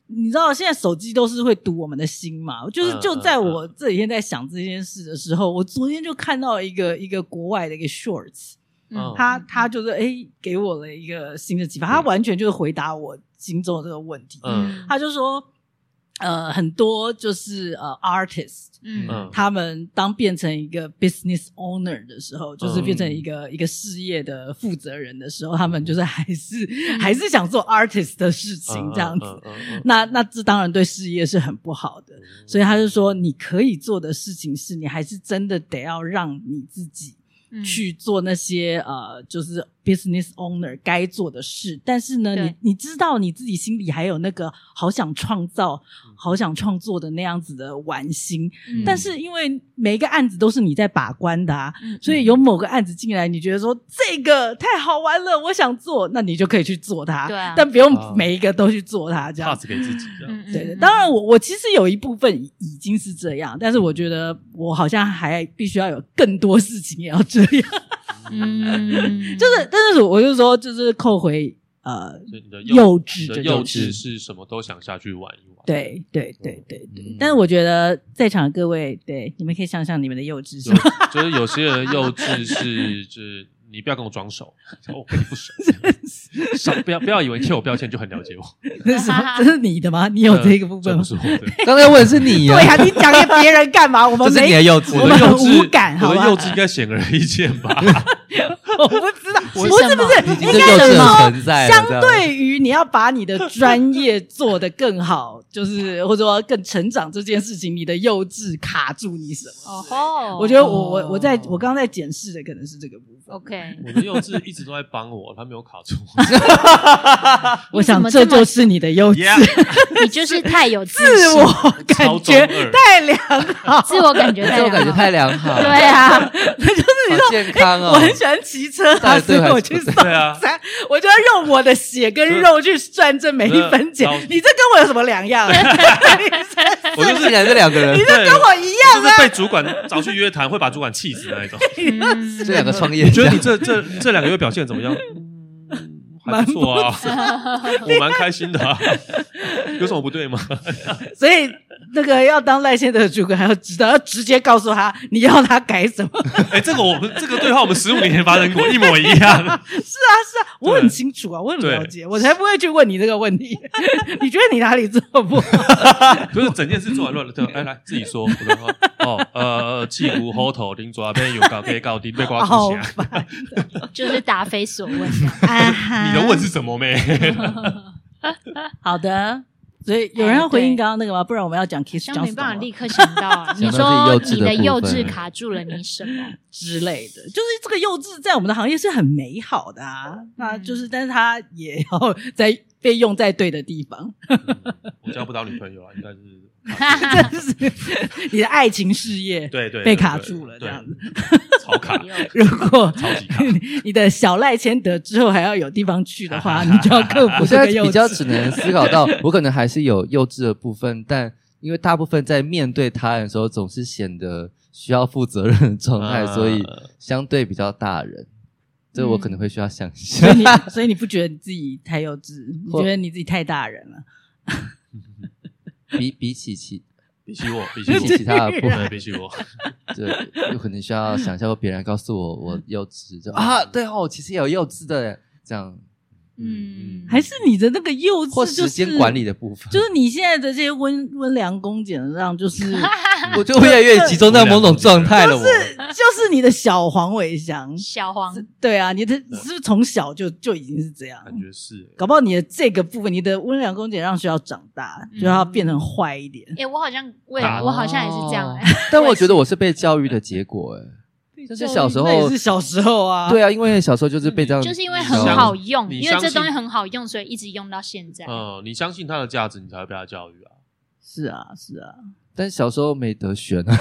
D: 你知道现在手机都是会读我们的心嘛？就是
B: 嗯
D: 就在
B: 嗯
D: 我这几天在想这件事的时候，我昨天就看到一个一个国外的一个 shorts，
B: 嗯
D: 他他就是哎、给我了一个新的启发，他完全就是回答我心中的这个问题。
B: 嗯
D: 他就说，呃，很多就是呃 artist，
C: 嗯
B: 嗯，
D: 他们当变成一个 business owner 的时候，就是
B: 嗯
D: 变成一个、一个事业的负责人的时候，他们就是还是、还是想做 artist 的事情这样子。
B: 嗯，嗯
D: 那那这当然对事业是很不好的，所以他就说，你可以做的事情是你还是真的得要让你自己
C: 嗯
D: 去做那些、呃，就是 business owner 该做的事。但是呢，
C: 对
D: 你你知道你自己心里还有那个好想创造、
B: 嗯
D: 好想创作的那样子的玩心，
C: 嗯
D: 但是因为每一个案子都是你在把关的啊，
C: 嗯
D: 所以有某个案子进来，你觉得说这个太好玩了，我想做，那你就可以去做它。
C: 对啊
D: 但不用
B: 啊
D: 每一个都去做它，这样。
B: pass 给自己这样，
C: 嗯嗯
D: 对，
C: 嗯
D: 当然我我其实有一部分已已经是这样，但是我觉得我好像还必须要有更多事情也要这 样。
C: 嗯，
D: 就是，但是我就说，就是扣回呃，
B: 所以你的
D: 幼稚
B: 你
D: 这
B: 的
D: 种
B: 幼稚
D: 事
B: 是什么都想下去玩一玩，，
D: 对对对对对。
A: 嗯
D: 但是我觉得在场的各位，对你们可以想想你们的幼稚 是
B: 有
D: 吗？
B: 就是有些人幼稚是就是。你不要跟我装熟，我跟你不熟，少不要不要以为贴我标签就很了解我。
D: 那 是这是你的吗？你有这个部分
B: 呃
D: 吗？
B: 这不是我的，
A: 刚才问的是你啊
D: 对呀、你讲给别人干嘛？我
A: 这
D: 们
A: 是
D: 没
A: 你的幼稚。
D: 我
B: 我
D: 们
B: 的幼
D: 很
B: 稚，
D: 无感好
B: 我
D: 吧
B: 的幼稚应该显而易见 吧？
D: 我不知道，
C: 我
D: 不是不
C: 是什
D: 是
C: 么，
D: 应
A: 你这
D: 该
A: 幼
D: 怎
A: 稚的
D: 么说？
A: 存在了
D: 相
A: 这样
D: 对于你要把你的专业做得更好，就是或者说更成长这件事情，你的幼稚卡住你什么？
C: 哦吼，
D: 我觉得我我我在
A: 哦
D: 我刚刚在检视的可能是这个部分。
C: OK，
B: 我的幼稚一直都在帮我，他没有卡住我。
D: 我想这就是你的幼 稚
B: Yeah，
C: 你就是太有自
D: 自
C: 信，
D: 我感觉太良好。
C: 自我感觉太
A: 自我感觉太良好，
C: 对啊，
D: 那就是你
A: 好健康哦
D: 我。 很喜欢骑车
A: 对
D: 啊，所以
A: 对
D: 我去送
B: 对啊
D: 餐，我就要用我的血跟肉去赚这每一分钱
B: 老。
D: 你这跟我有什么两 样？
A: 我就是竟然这两个人
D: 你，这跟我一样
B: 就
D: 啊
B: 是！被主管找去约谈，会把主管气死的那 一种。
C: 嗯
A: 这两个创业
B: 觉
A: 家
B: 得你，这这这两个月表现得怎么样？嗯，还不错啊，我蛮开心的、啊。 有什么不对吗？
D: 所以那个要当赖先生的主管，还要知道，要直接告诉他你要他改什么。
B: 哎、这个我们这个对话我们十五年前发生过，一模一样。
D: 是啊，是啊，我很
B: 对
D: 清楚啊，我很
B: 对
D: 了解，我才不会去问你这个问 题。你觉得你哪里做不好？
B: 就是整件事做完乱了，对，哎，来自己说。我说哦，呃，气骨后头顶抓边有高被高低被刮
D: 好
B: 出来。
D: 烦
C: 就是答非所 问。
D: 啊
B: 你
D: 哈！
B: 的问是什么没？
D: 好的，所以有人要回应刚刚那个吗？不然我们要讲 kiss
C: 像
D: 讲
C: 哎没
D: 什
C: 办法
D: 么
C: 立刻想到啊，你
A: 想
C: 说
A: 到自己幼稚的
C: 你的幼
A: 部分
C: 稚卡住了你什么？
D: 之类的，就是这个幼稚在我们的行业是很美好的啊。
C: 嗯
D: 那就是，但是它也要在被用在对的地方。
B: 嗯我交不到女朋友啊，应该是。
D: 这是 你的爱情事业
B: 对对，
D: 被
B: 对
D: 卡
B: 对
D: 住了这
B: 对
D: 样子。
B: 超卡，
C: 幼
D: 如果
B: 超级卡
D: 你的小赖千德之后还要有地方去的 话，你就要克服
A: 我
D: 这
A: 现在
D: 个幼
A: 比较 只
D: 稚。
A: 能思考 到，我可能还是有幼稚的部分，但因为大部分在面对他人的时候，总是显得需要负责任的状态，
B: 啊
A: 所以相对比较大人。这我可能会需要想一
D: 所
A: 下
D: 以。你，所以你不觉得你自己太幼稚？你觉得你自己太大人了？
A: 比比起其
B: 比起我，比起
A: 比
B: 我，
A: 起其他的部分
B: 对，，比起我，
A: 对，有可能需要想一下，别人告诉我我幼稚，
D: 嗯
A: 就啊，对哦，我其实也有幼稚的耶这样，
C: 嗯，
D: 还是你的那个幼稚、
A: 或
D: 就
A: 时
D: 是？
A: 间管理的部分，
D: 就是你现在的这些温温良恭俭让，就是
A: 我就越来越集中在某种状态了。我
D: 就是你的小黄伟翔，
C: 小黄，
D: 对啊，你的是不是从小就就已经是这样？
A: 嗯
B: 感觉是
D: 搞不好你的这个部分，你的温良恭俭让需要长大，
C: 嗯
D: 就要变成坏一点。
C: 哎，我好像我也
B: 大
C: 我好像也是这样，
A: 哦
C: 哎
A: 但我觉得我是被教育的结果，哎，
D: 被
A: 这是小时候
D: 那也是小时候啊，
A: 对啊，因为小时候就是
B: 嗯
A: 被这样，
C: 就是因为
B: 你
C: 很
B: 相
C: 好用，
B: 你
C: 因为
B: 相
C: 这东西
B: 信
C: 很好用，所以一直用到现在。
B: 嗯，你相信它的价值，你才会被它教育啊。
D: 是啊，是啊，
A: 但小时候没得选啊。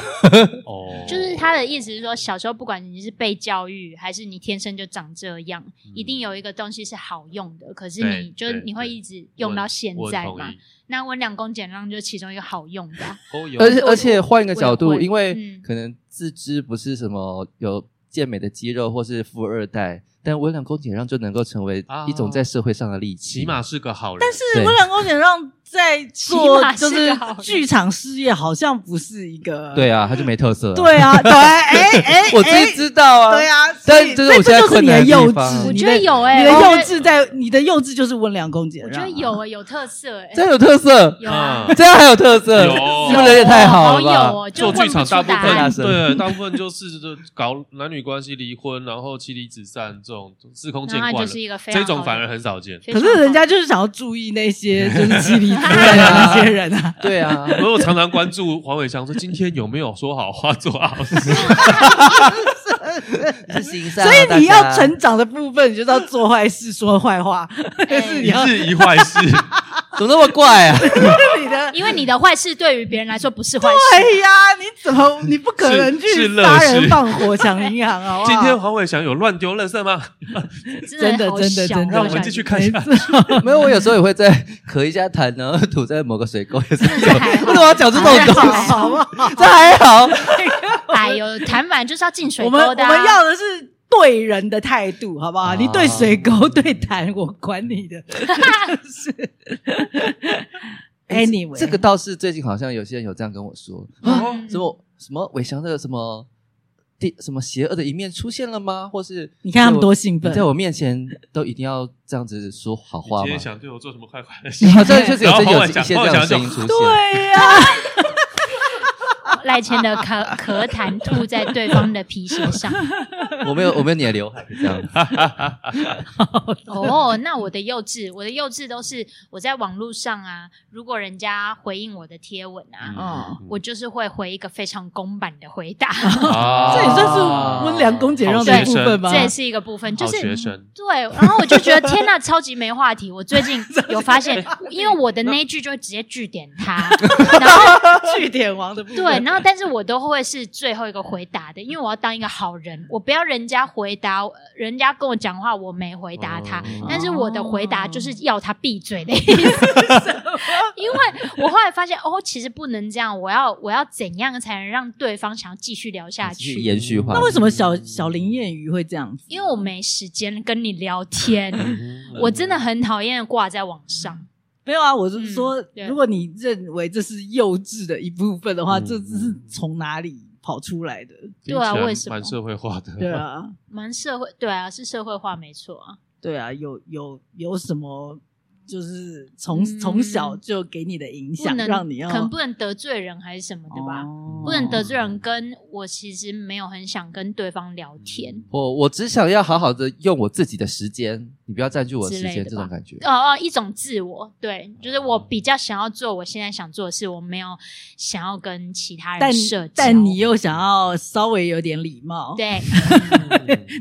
B: 哦，
C: 就是他的意思是说，小时候不管你是被教育，还是你天生就长这样，一定有一个东西是好用的。可是你
B: 嗯对
C: 就是
B: 对
C: 你会
B: 对
C: 一直用到现
B: 我
C: 在
B: 我很
C: 嘛
B: 同？意
C: 那温良恭俭让就是其中一个好用的啊、
B: 哦，有
A: 而且而且换一个角
C: 我也
A: 度，
C: 会
A: 因为
C: 嗯
A: 可能自知不是什么有健美的肌肉或是富二代，但温良恭俭让就能够成为一种在社会上的利器。
B: 啊起码是个好人，但是
D: 是温良恭俭让在做
C: 起码是
D: 就
C: 个
D: 是
C: 好人
D: 剧场事业，好像不是一个
A: 对啊，他就没特色。，
D: 对啊，对，哎哎，
A: 我自己知道啊。
D: 对啊，
A: 但
D: 所以
A: 这是
D: 所以
A: 我现在
D: 就是
A: 困
D: 你
A: 难的
D: 的
A: 地
D: 幼
A: 方
D: 稚，
C: 我
D: 嗯你
C: 觉
D: 的
C: 得有哎、
D: 你的
C: 我觉
D: 幼
C: 得
D: 稚在你的幼稚就是温良恭俭
C: 我觉
D: 让啊，
C: 得有哎、有特色哎、
A: 这样有特色，
C: 有啊，
A: 这样还有特色，
B: 有
A: 你们人也太好了吧？
C: 有哦，就
B: 做剧场大部
A: 问不出答
B: 分
A: 案，
B: 对，大部分就是就搞男女关系、离婚，然后妻离子散这种司空见
C: 那
B: 惯
C: 就
B: 了，
C: 是一个非常
B: 这种反而很少见。
D: 可是人家就是想要注意那些就是妻离子散的那些人啊
A: 对 啊，
B: 我有常常关注黄伟翔说今天有没有说好话做 好事，
A: 是形象啊
D: 所以你
A: 大
D: 要
A: 家
D: 成长的部分，你就是要做坏事、说坏话， 就是你
B: 一
D: 要
B: 日一坏 事，
A: 怎么那么怪 啊？
D: 你的。
C: 因为你的坏事对于别人来说不是坏
D: 哎
C: 事，
D: 呀，你怎么你不可能
B: 是
D: 去
B: 是乐
D: 杀人
B: 事
D: 放火抢银行啊？
B: 今天黄伟翔有乱丢垃圾吗？
D: 真的
C: 好
D: 真的
C: 小
D: 真的
B: 让我
C: 好
B: 们
C: 小
B: 继续看一下。
A: 没有，我有时候也会在咳一下痰，然后吐在某个水沟，也是有。
C: 这 还好
A: 为什么要讲这种
C: 这
A: 东
C: 还
A: 西？
D: 好不好？
A: 这还好，
C: 哎呦，弹板就是要进水
D: 我
C: 沟
D: 们我
C: 的、啊
D: 们要的是对人的态度，好不好？
A: 啊
D: 你对水沟对痰，我管 你的。 是 anyway，
A: 这个倒是最近好像有些人有这样跟我说，
B: 哦
C: 嗯
A: 什么什么伟翔的什么第什么邪恶的一面出现了吗？或是
D: 你看他们多
A: 在
D: 兴
A: 我
D: 奋
A: 你在我面前都一定要这样子说好
B: 你
A: 话
B: 今
A: 吗
B: 天？想对我做什么快快 的事？
C: 哦
A: 好像确实有
B: 然后
A: 最近有一
B: 黄伟翔
A: 些这样的声音出现，
C: 啊
D: 对呀、
C: 赖前的咳咳痰吐在对方的皮鞋 上。
A: 我没有我没有你的刘海这样，
C: 哦，那我的幼稚，我的幼稚都是我在网络上啊，如果人家回应我的贴文
B: 嗯
C: 啊，
D: 哦
C: 我就是会回一个非常公版的回 答，
B: 啊
D: 这也算是温良恭俭让的
C: 好
D: 一部
C: 学
D: 分吧
C: 这？也是一个部分，就
B: 好学
C: 是。
B: 生，
C: 对，然后我就觉得天呐，超级没话题。我最 近有发现，因为我的那一句就会直接据点 他，然后
D: 据点王 的部分。
C: 对，然后但是我都会是最后一个回答的，因为我要当一个好人，我不要人家回答，呃人家跟我讲话我没回答他，
B: 哦
C: 但是我的回答
D: 哦
C: 就是要他闭嘴的意思。 因为我后来发现，哦，其实不能这样，我要我要怎样才能让对方想要继续聊下
A: 去
C: 去？
A: 延续话
D: 那。为什么小小林谚语会这样子？
C: 因为我没时间跟你聊天，
B: 嗯
C: 我真的很讨厌挂在网上。
D: 没有啊，我是说，
C: 嗯对
D: 如果你认为这是幼稚的一部分的话，
B: 嗯
D: 这这是从哪里跑出来的？
B: 听起
C: 对啊
B: 来
C: 为什么
B: 蛮社会化的？
D: 对，啊，
C: 蛮社会，对啊，是社会化，没错啊。
D: 对啊，有有有什么？就是从
C: 嗯
D: 从小就给你的影
C: 不
D: 响，
C: 能
D: 让你要
C: 可能不能得罪人还是什么的吧？
D: 哦
C: 不能得罪人，跟我其实没有很想跟对方
B: 嗯
C: 聊天。
A: 我我只想要好好的用我自己的时间，你不要占据我的时
C: 之类
A: 间，
C: 的
A: 这
C: 吧
A: 种感觉。
C: 哦哦，一种自我，对，就是我比较想要做我现在想做的事，我没有想要跟其他
D: 但
C: 人社交。
D: 但你又想要稍微有点礼貌，，
C: 对，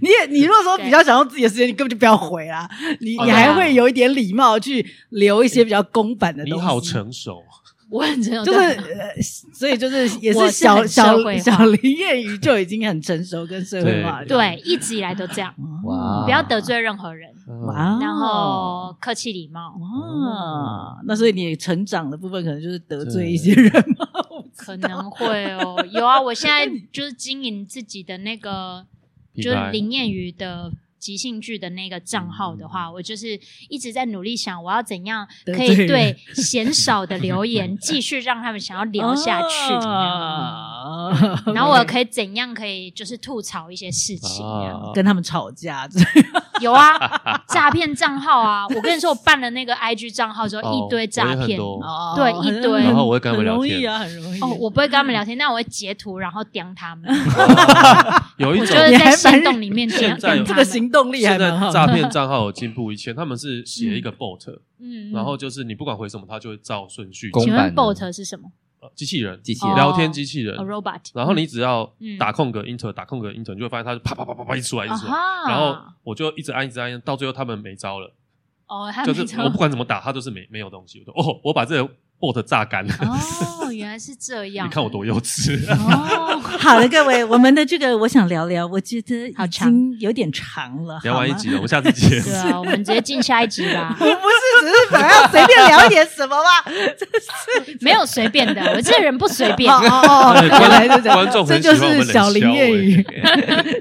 D: 你也你如果说
C: 对
D: 比较想用自己的时间，你根本就不要回啦，你
B: 哦对
D: 你
B: 啊
D: 还会有一点礼貌去留一些比较公版的 东
B: 你
D: 西。
B: 好成熟，啊
C: 我很 真的
D: 就是呃，所以就是也
C: 哦啊我
D: 是
C: 是
D: 小
C: 很
D: 小
C: 社会化
D: 小林谚语就已经很成熟跟社会化了，
C: 对，一直以来都这样，
A: 哇
C: 不要哦得罪任何人，
B: 哇，
D: 哇，哦
C: 然后客气礼貌，
B: 哦
D: 哇，那所以你成长的部分可能就是得罪一些人嘛，我不知
C: 可
D: 道
C: 能会哦，有啊，我现在就是经营自己的那个就
B: 品
C: 是
B: 牌
C: 林燕瑜的即兴剧的那个账号的话，我就是一直在努力想，我要怎样可
D: 得罪
C: 以
D: 人
C: 对嫌少的留言继续让他们想要聊下去。
D: 啊
C: 然后我可以怎样可以就是吐槽一些事情、啊？
B: 啊
D: 跟他们吵架之类
C: 有啊，诈骗账号啊！我跟你说，我办了那个 IG 账号之后，
B: 哦
C: 一堆诈
B: 我也很
C: 骗。
B: 多
D: 哦
C: 对一
D: 很
C: 堆
B: 然后我会跟他们聊
D: 很容
B: 天
D: 易啊，很容易。
C: 哦，我不会跟他们聊天，但我会截图然后刁他们。
B: 有一
C: 我
B: 种
C: 就。是
D: 你
C: 在
D: 还
C: 行
D: 蛮
C: 动里面刁
B: 现在
C: 刁
B: 有
D: 这
C: 他
D: 个
C: 们。
D: 行动力还
B: 现在
D: 蛮好的，
B: 诈骗账号有进步，以前他们是写一个 bot，
C: 嗯，嗯
B: 然后就是你不管回什么，它就会照顺序。
A: 公
C: 请
A: 版
C: 问
A: 的
C: bot 是什么？
B: 呃机器人，
A: 机器人
B: 聊天机器人
C: 哦，robot，
B: 然后你只要
C: 嗯
B: 打空格 enter，打空格 enter，你就会发现它就啪啪啪啪啪一直出来一
C: 啊
B: 直出来，
C: 哈，
B: 然后我就一直按一直按，到最后他们没招了，
C: 哦，他
B: 就
C: 们
B: 是我不管怎么打，它都是没没有东西。我就哦，我把这个 bot 榨干了，
C: 哦，原来是这样，
B: 你看我多幼稚。
C: 哦，
D: 好的，各位，我们的这个我想聊聊，我觉得
C: 好
D: 已
C: 长
D: 经有点长了，
B: 聊完一
D: 好吗，
B: 集了，我们下次见。
C: 对啊，我们直接进下一集吧
D: 我不是只是想要随便聊一点什么 吧？
C: 没有随便的，我这人不随便。
D: 哦哦哦，
B: 哎观
D: 原来是这样，
B: 观众
D: 这
B: 很喜
D: 就
B: 欢我们冷
D: 是小林
B: 笑
D: 粤
B: 哎
D: 语，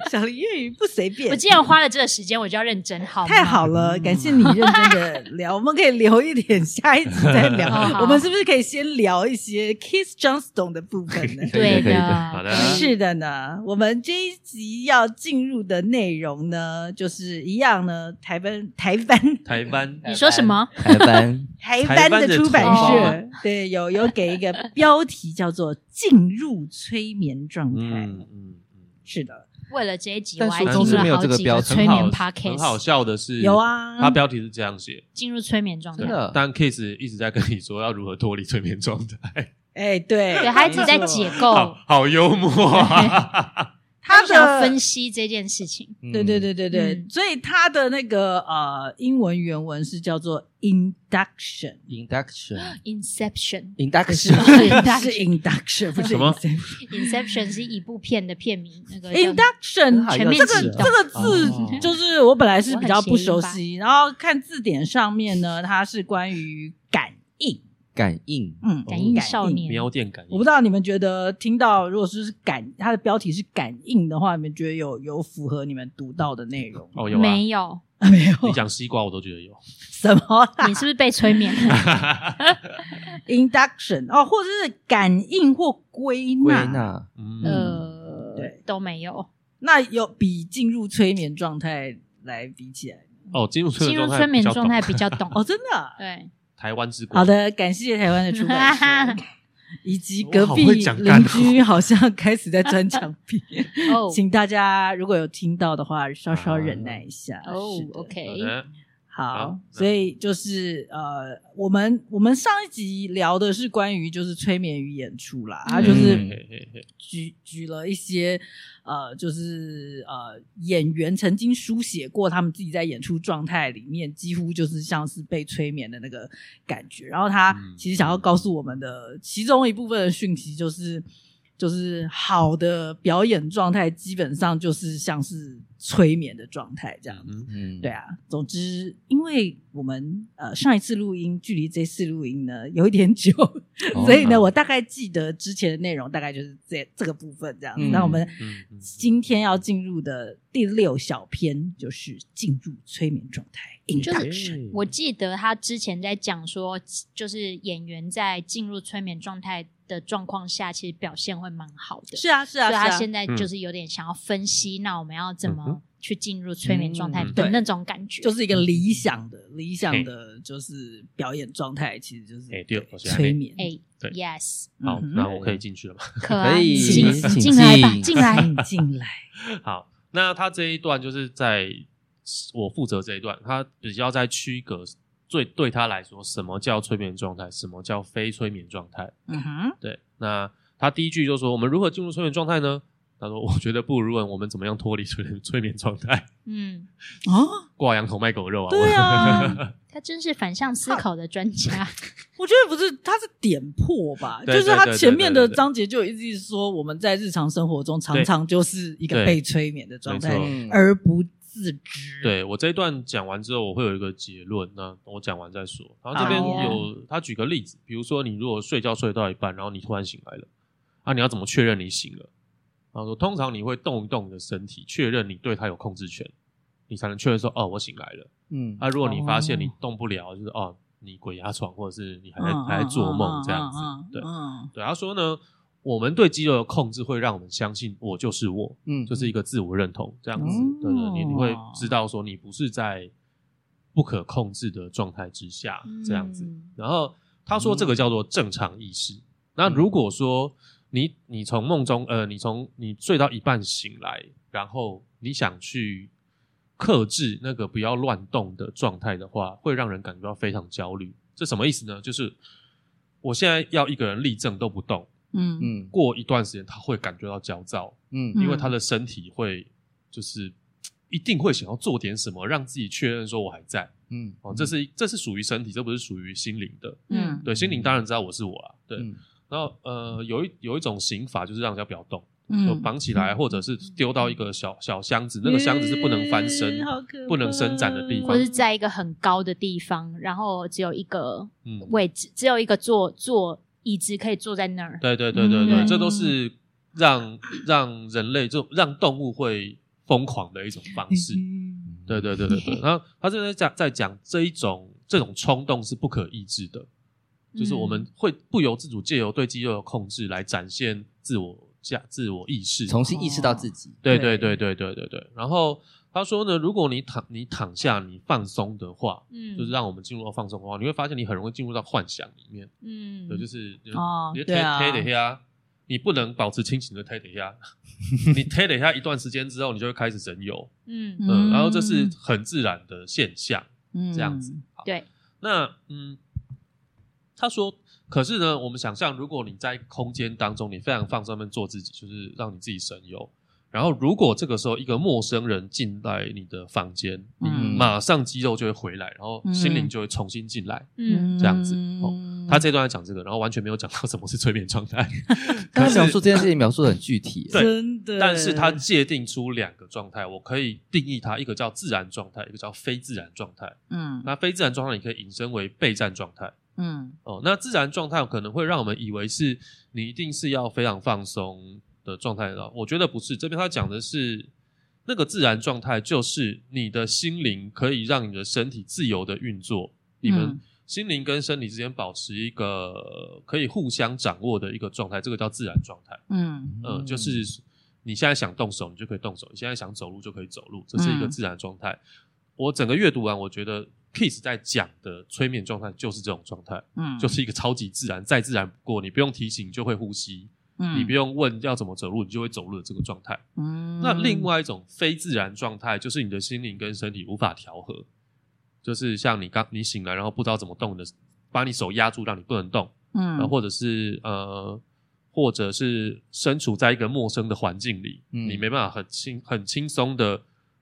D: 小林粤语不随
C: 我
D: 便。
C: 既然花了这个时间，我就要认真，好吗
D: 太好了，感谢你认真的聊， 我们可以留一点，下一集再 聊
C: 哦好。
D: 我们是不是可以先聊一些 Kiss Johnston 的部分 呢？
A: 可以的
C: 对
A: 可以的
B: 好的
D: 是的呢，我们这一集要进入的内容呢，就是一样呢，台湾台湾
B: 台湾
C: 你说什么？
A: 台湾
D: 台湾的出版
C: 台
D: 社
C: 湾，
D: 对，有有给一个标题叫做“进入催眠状态”，
B: 嗯嗯嗯，
D: 是的，
C: 为了这一集，我
A: 但
C: 还
A: 书
C: 听
B: 中是没
C: 了
A: 有
C: 好
A: 这个
C: 几
A: 标
C: 个
A: 准
C: 催
B: 很
C: 眠
B: 好很好
C: podcast，
B: 笑的是，
D: 有啊
B: 它标题是这样写，
C: 进入催眠状态
A: 真。的
B: 但 Kiss 一直在跟你说要如何脱离催眠状态，
D: 哎，对，
C: 对，他一直在解构
B: 好，好幽默 啊！
D: 他
C: 他想要
D: 的
C: 分析这件事情。
A: 嗯
D: 对对对对对，
C: 嗯
D: 所以他的那个呃英文原文是叫做 induction，
A: ，induction
C: Inception，Inception
A: induction
D: 是 induction，不是
B: 什么
D: inception
C: 是一部片的片名，那个叫
D: induction
A: 好
C: 全
A: 幼
C: 面
A: 稚
D: 这
C: 启
D: 个
A: 哦
C: 动
D: 这。个字
A: 哦
D: 就是我本来是比较不熟悉，然后看字典上面呢，它是关于感应，
A: 感应，
D: 嗯，
C: 感应少年
B: 喵电哦感应，
D: 我不知道你们觉得听到，如果是感它的标题是感应的话，你们觉得有有符合你们读到的内容吗？
B: 哦，有啊，
C: 没有，
D: 没有
B: 你讲西瓜我都觉得 有，
D: 什么啦
C: 你是不是被催眠了？
D: induction 哦，或者是感应或归
A: 归
D: 纳。
A: 纳，
B: 嗯，
C: 呃
D: 对，
C: 都没有。
D: 那有比进入催眠状态来比起来
B: 哦，进入催
C: 进入
B: 眠
C: 催眠
B: 比较
C: 状态
B: 懂
C: 比较懂。
D: 哦，真的啊、
C: 对，
B: 台湾之光，
D: 好，的，感谢台湾的出 版社。以及隔
B: 我好
D: 壁
B: 会讲干
D: 邻
B: 哦
D: 居好像开始在钻墙 壁，
C: 哦
D: 请大家如果有听到的话，稍稍忍耐一下。
C: 哦
D: 是的
B: 好
C: ，OK，
B: 的，
D: 啊好
B: 好，
D: 所以就是呃，我们我们上一集聊的是关于就是催眠与演出啦，他就是
A: 嗯
B: 嘿嘿嘿
D: 举举了一些呃，就是呃演员曾经书写过他们自己在演出状态里面，几乎就是像是被催眠的那个感觉。然后他
B: 嗯
D: 其实想要告诉我们的其中一部分的讯息就是。就是好的表演状态，基本上就是像是催眠的状态这样子。
B: 嗯
A: 嗯，
D: 对，啊，总之，因为我们呃上一次录音距离这次录音呢有一点久，
A: 哦
B: 哦
D: 所以呢，我大概记得之前的内容大概就是这这个部分这样子。
A: 嗯
D: 那我们
B: 嗯嗯
D: 今天要进入的第六小篇就是进入催眠状态
C: 就是
D: ，induction。
C: 我记得他之前在讲说，就是演员在进入催眠状态的状况下，其实表现会蛮好的。
D: 是啊，是啊，
C: 所以他
D: 是啊。
C: 现在就是有点想要分析，那我们要怎
B: 嗯
C: 么去进入催眠状态
B: 嗯
C: 的
D: 对
C: 那种感觉，
D: 就是一个理想的、理想的，就是表演状态，其实就是
B: 哎对我是
D: 催眠。
C: 哎
B: 对
C: ，yes，
B: 好
D: 嗯，哼
B: 那我可以进去了吗？
C: 可
A: 可
C: 爱，
A: 以
C: 进
A: 请
C: 进来吧，
A: 进
C: 进 来，
D: 请进来，
B: 好，那他这一段就是在我负责这一段，他比较在区隔最对他来说，什么叫催眠状态，什么叫非催眠状态。
D: 嗯哼，
B: 对，那他第一句就说：“我们如何进入催眠状态呢？”他说：“我觉得不如问我们怎么样脱离催眠催眠状态，
C: 嗯，
D: 哦，
B: 挂羊头卖狗肉啊。”
D: 对 啊，
C: 他真是反向思考的专家，
D: 我觉得不是，他是点破吧，就
B: 对
D: 是他前面的
B: 对对对对对对
D: 章节就一直说，我们在日常生活中常常就是一个
B: 对
D: 被催眠的状态
B: 没，错
D: 而不自知。
B: 嗯对我这一段讲完之后，我会有一个结论。那我讲完再说。然后这边
D: 好啊
B: 有他举个例子，比如说你如果睡觉睡到一半，然后你突然醒来了，啊，你要怎么确认你醒了？然后说，通常你会动一动你的身体，确认你对它有控制权，你才能确认说，哦，我醒来了。
A: 嗯
B: 啊，如果你发现
D: 哦
B: 你动不了，就是哦，你鬼压床，或者是你还在、还在做梦这样子。对
D: 嗯
B: 对，他说呢，我们对肌肉的控制会让我们相信我就是我，
A: 嗯，
B: 就是一个自我认同这样子，对对，你你会知道说你不是在不可控制的状态之下 这样子。
C: 嗯
B: 然后他说这个叫做正常意识。那如果说你你从梦中呃，你从你睡到一半醒来，然后你想去克制那个不要乱动的状态的话，会让人感觉到非常焦虑。这什么意思呢？就是我现在要一个人立正都不动，
D: 嗯
A: 嗯
B: 过一段时间他会感觉到焦躁，
A: 嗯
B: 因为他的身体会就是一定会想要做点什么，让自己确认说我还在。
A: 嗯，
B: 哦，这是这是属于身体，这不是属于心灵的。
D: 嗯
B: 对，心灵当然知道我是我啊。对，
A: 嗯
B: 然后呃，有一有一种刑法就是让人家不要动，就
D: 嗯，
B: 绑起来，或者是丢到一个小小箱子，那个箱子是不能翻身
D: 嗯，好可怕
B: 不能伸展的地方
C: 或是在一个很高的地方，然后只有一个
B: 嗯，
C: 位置，只有一个坐坐椅子可以坐在那儿。
B: 对对对对对，
C: 嗯
B: 这都是让让人类就让动物会疯狂的一种方式。
D: 嗯
A: 嗯
B: 对对对对 对，然后他这边在讲在讲这一种这种冲动是不可抑制的，就是我
D: 嗯
B: 们会不由自主借由对肌肉的控制来展现自我价自我意识。
A: 重新意识到自己，
B: 对
D: 对
B: 对对对对对对。然后他说呢，如果你躺你躺下你放松的话，
C: 嗯
B: 就是让我们进入到放松的话，你会发现你很容易进入到幻想里面。
C: 嗯
B: 对，就是
D: 哦
B: 你
D: 对
B: 推
D: 啊
B: 推了一下，你不能保持清醒的推了一 下，你推了一下一段时间之后，你就会开始神游，
C: 嗯
D: 嗯
B: 嗯，然后这是很自然的现象，
D: 这
B: 这样子。好
C: 对，
B: 那嗯，他说，可是呢，我们想象，如果你在空间当中，你非常放松面做自己，就是让你自己神游。然后，如果这个时候一个陌生人进来你的房间，
D: 嗯
B: 你马上肌肉就会回来，然后心灵
D: 嗯
B: 就会重新进来。
C: 嗯
B: 这样子哦
D: 哦
B: 他这一段在讲这个，然后完全没有讲到什么是催眠状态，
A: 他描述这件事情描述的很具体，
B: 对
D: 真的，
B: 但是它界定出两个状态，我可以定义它，一个叫自然状态，一个叫非自然状态。
D: 嗯
B: 那非自然状态你可以引申为备战状态
D: 嗯
B: 哦。那自然状态可能会让我们以为是你一定是要非常放松的状态了，我觉得不是。这边他讲的是那个自然状态，就是你的心灵可以让你的身体自由的运作，你们
D: 嗯
B: 心灵跟身体之间保持一个呃可以互相掌握的一个状态，这个叫自然状态。
D: 嗯
B: 呃，就是你现在想动手，你就可以动手；你现在想走路，就可以走路，这是一个
D: 嗯
B: 自然状态。我整个阅读完，我觉得 Kiss 在讲的催眠状态就是这种状态，
D: 嗯，
B: 就是一个超级自然，再自然不过，你不用提醒你就会呼吸，
D: 嗯
B: 你不用问要怎么走路，你就会走路的这个状态。
D: 嗯
B: 那另外一种非自然状态，就是你的心灵跟身体无法调和，就是像你刚你醒来，然后不知道怎么动你的，把你手压住，让你不能动。
D: 嗯
B: 然后或者是呃，或者是身处在一个陌生的环境里，
A: 嗯
B: 你没办法很轻很轻松的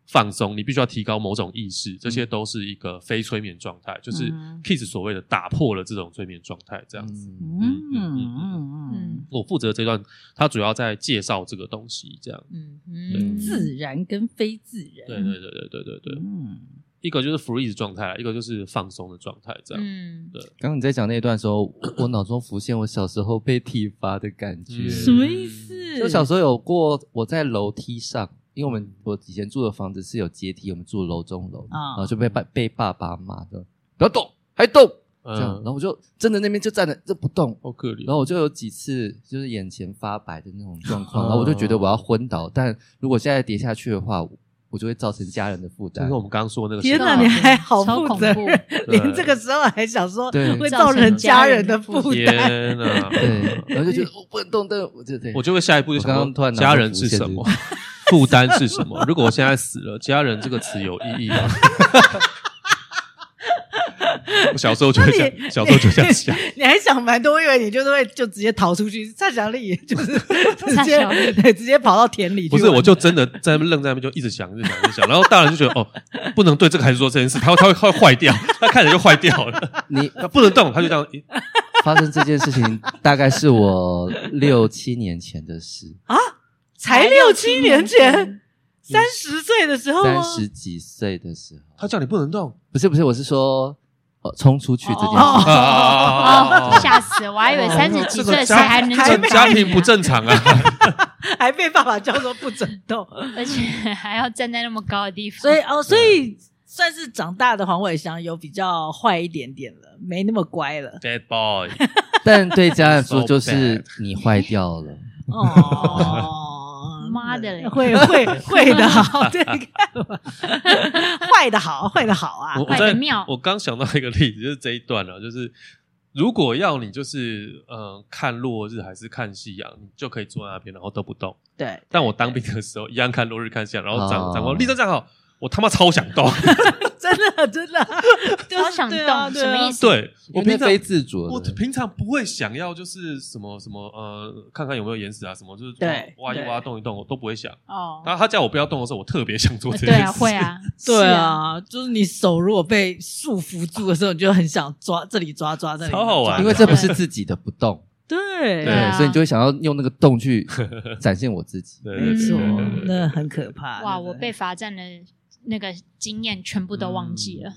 B: 放松，你必须要提高某种意识，这些都是一个非催眠状态，就是
D: 嗯
B: Kiss 所谓的打破了这种催眠状态，这样子。
A: 嗯
D: 嗯
B: 嗯嗯
D: 嗯嗯
C: 嗯
B: 我负责这段，他主要在介绍这个东西，这样。
C: 嗯
D: 嗯，
C: 嗯，
D: 自然跟非自然，
B: 对对对对对对对，
D: 嗯
B: 一个就是 freeze 状态啦，一个就是放松的状态，这样。
C: 嗯
A: 刚刚你在讲那一段的时候，我我脑中浮现我小时候被体罚的感觉。
B: 嗯
D: 什么意思？
A: 就小时候有过，我在楼梯上，因为我们我以前住的房子是有阶梯，我们住楼中楼，
D: 啊
A: 然后就被爸被爸爸骂的，不要动，还动，这样，然
B: 嗯，
A: 后我就真的那边就站着就不动，
B: 好可怜。
A: 然后我就有几次就是眼前发白的那种状况，
B: 哦
A: 然后我就觉得我要昏倒，但如果现在跌下去的话，我我就会造成家人的负
B: 就
A: 担
B: 是。我们刚刚说的那个
D: 天
B: 小
D: 哪，
C: 超
D: 你还好
C: 超
D: 负
C: 恐
D: 责
C: 怖
D: 任，
B: 对
D: 连这个时候还想说
A: 对
D: 会造成家人的负担，
B: 天哪，
A: 对，然后就觉得我不能动，但我就对，
B: 我就会下一步就想
A: 我
B: 说
A: 刚刚突然脑
B: 家
A: 中
B: 人
A: 浮
B: 是
A: 现
B: 什
A: 这
B: 么
A: 个，
B: 负担是什么？如果我现在死了，家人这个词有意义吗？我小时候就会
D: 那你
B: 想，小时候就想想，
D: 你还想蛮多，因为你就是会就直接逃出去，蔡小 丽就是直
C: 蔡
D: 接
C: 小丽
D: 对直接跑到田里去
B: 不
D: 玩，
B: 是，我就真的在那边愣在那边，就一直想，一直想，一直想。然后大人就觉得，哦，不能对这个孩子做这件事，他会，他会，他会坏掉，他看着就坏掉 了，
A: 你
B: 他不能动，他就这样。诶
A: 发生这件事情，大概是我六七年前的 事，
D: 才六七年前，
C: 嗯，
D: 三十岁的时
B: 哦
D: 候啊
A: 三
D: 吗？
A: 十几岁的时候。
B: 他叫你不能动
A: 不是不是，我是说，呃，冲出去这件事。
D: 哦
B: 啊啊啊啊啊啊
C: 哦，
B: 啊！
C: 吓死我，我还以为三十几
B: 这个
C: 岁谁
B: 家
C: 还能
B: 这
C: 讲
B: 家庭不，正常啊！
D: 还被爸爸叫做不准动，
C: 而且还要站在那么高的地方，
D: 所以哦，所以算是长大的黄伟翔有比较坏一点点了，没那么乖 了
B: Dead boy，
A: 但对家人说，就
B: So
A: 是
B: bad
A: 你坏掉了。
D: 哦
C: 妈的嘞
D: 会 会会 的好，对，你看吧，坏的好，坏的好啊
B: 我，我
C: 坏得
B: 在
C: 妙
B: 我刚想到一个例子，就是这一段了、就是如果要你就是嗯、呃看落日还是看夕阳，你就可以坐在那边，然后都不动。
D: 对，
B: 但我当兵的时候一样看落日看夕阳，然后长、
A: 哦
B: 长官立正站好，我他妈超想动。
D: 真的真的，就是
C: 超想
D: 对啊
C: 动
D: 对啊
C: 什么意思
B: 对
A: 因
B: 我
A: 为那
B: 平常
A: 非自主
B: 我
A: 的，
B: 平常不会想要就是什么什么呃，看看有没有岩石啊，什么就是
D: 对
B: 挖一
D: 对
B: 挖动一动，我都不会想。
C: 哦，
B: 他他叫我不要动的时候，我特别想做这件
C: 对
B: 事。
C: 啊，会。啊，
D: 对
C: 是，
D: 啊，就是你手如果被束缚住的时候，你就很想抓这里抓抓这里抓，
B: 超好玩
A: 因为这不是自己的不动，
D: 对嗯
B: 对啊
A: 对，所以你就会想要用那个动 去展现我自己。
B: 对
D: 没
B: 对
D: 错
B: 对对对，对
D: 那很可怕。
C: 哇，
D: 啊对不
C: 我
D: 对
C: 被罚站的那个经验全部都忘记了，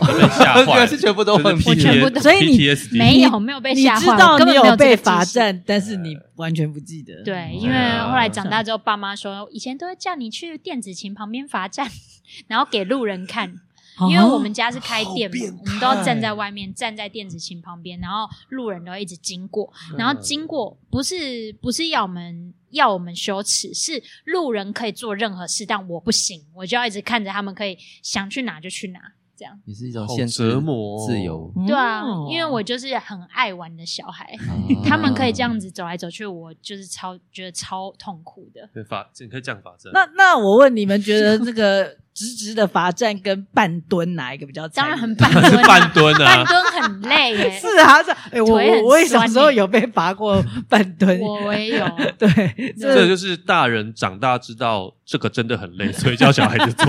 B: 我被吓坏
A: 原
B: 了，
A: 来是全部都忘记
C: 我全部
B: 了
C: 都
D: 所以你
B: PTSD
C: 没有没有被
D: 你
C: 吓
D: 知
C: 坏，
D: 道
C: 我根
D: 你
C: 本没有这个记
D: 被
C: 性
D: 罚。站，但是你完全不记得。啊
C: 对，
A: 嗯
C: 因为后来长大
D: 对
C: 之后，爸妈说以前都会叫你去电子琴旁边罚站， 然后给路人看，
D: 哦，
C: 因为我们家是开店
B: 好变
C: 嘛
B: 态，
C: 我们都要站在外面，站在电子琴旁边，然后路人都一直经过，然
D: 嗯
C: 后经过不是不是要我们要我们羞耻，是路人可以做任何事，但我不行，我就要一直看着他们可以想去哪就去哪，这样。
A: 也是一种
B: 好
A: 限制
B: 折磨哦
A: 自由。
D: 哦
C: 对啊，因为我就是很爱玩的小孩，他们可以这样
A: 啊
C: 子走来走去，我就是超觉得超痛苦的。
B: 对法，你可以这样法 证。
D: 那那我问你们，觉得这个直直的罚站跟半蹲哪一个比较残
C: 当然
D: 忍？
C: 很
B: 是
C: 半 蹲、啊，
B: 半蹲
C: 半
B: 啊，
C: 蹲很累耶、
D: 是啊，是啊哎，我
C: 腿很
D: 我我也小
C: 酸
D: 时候
C: 欸
D: 有被罚过半蹲，
C: 我我 也有，
D: 对，
B: 这个
D: 这
B: 就是大人长大知道这个真的很累，所以叫小孩子做。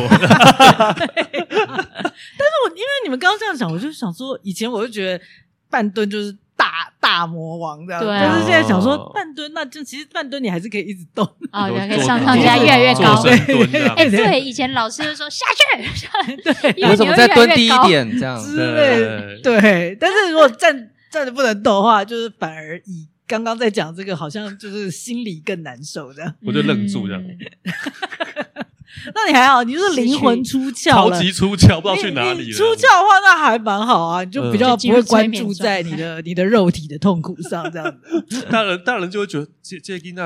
D: 我 因为你们刚刚这样讲，我就想说，以前我就觉得半蹲就是大大魔王这样，
C: 对啊
D: 但是现在想说
B: 哦
D: 半蹲，那就其实半蹲你还是可以一直 动，
C: 哦，
B: 有
C: 原来可以
B: 做
C: 上
B: 做
C: 上加
B: 做
C: 越来越高哎
B: 做。深蹲这 样
D: 对对
C: 对，以前老师就说下去， 因
A: 为什么再蹲低一
C: 高？
A: 点这样？
D: 之类，对。但是如果站站着不能动的话，就是反而以刚刚在讲这个，好像就是心里更难受这样。
B: 我就愣住这样
C: 嗯
D: 那你还好，你就是灵魂出窍
B: 超
D: 了。
B: 级出窍，不知道去哪
D: 你
B: 里
D: 你
B: 了。
D: 出窍的话，那还蛮好啊，你就比较
C: 嗯就
D: 不
C: 进入
D: 会关
C: 催
D: 注
C: 眠
D: 在
C: 状
D: 你
C: 态
D: 的你的肉体的痛苦上，这样子。
B: 大人大人就会觉得这这囡仔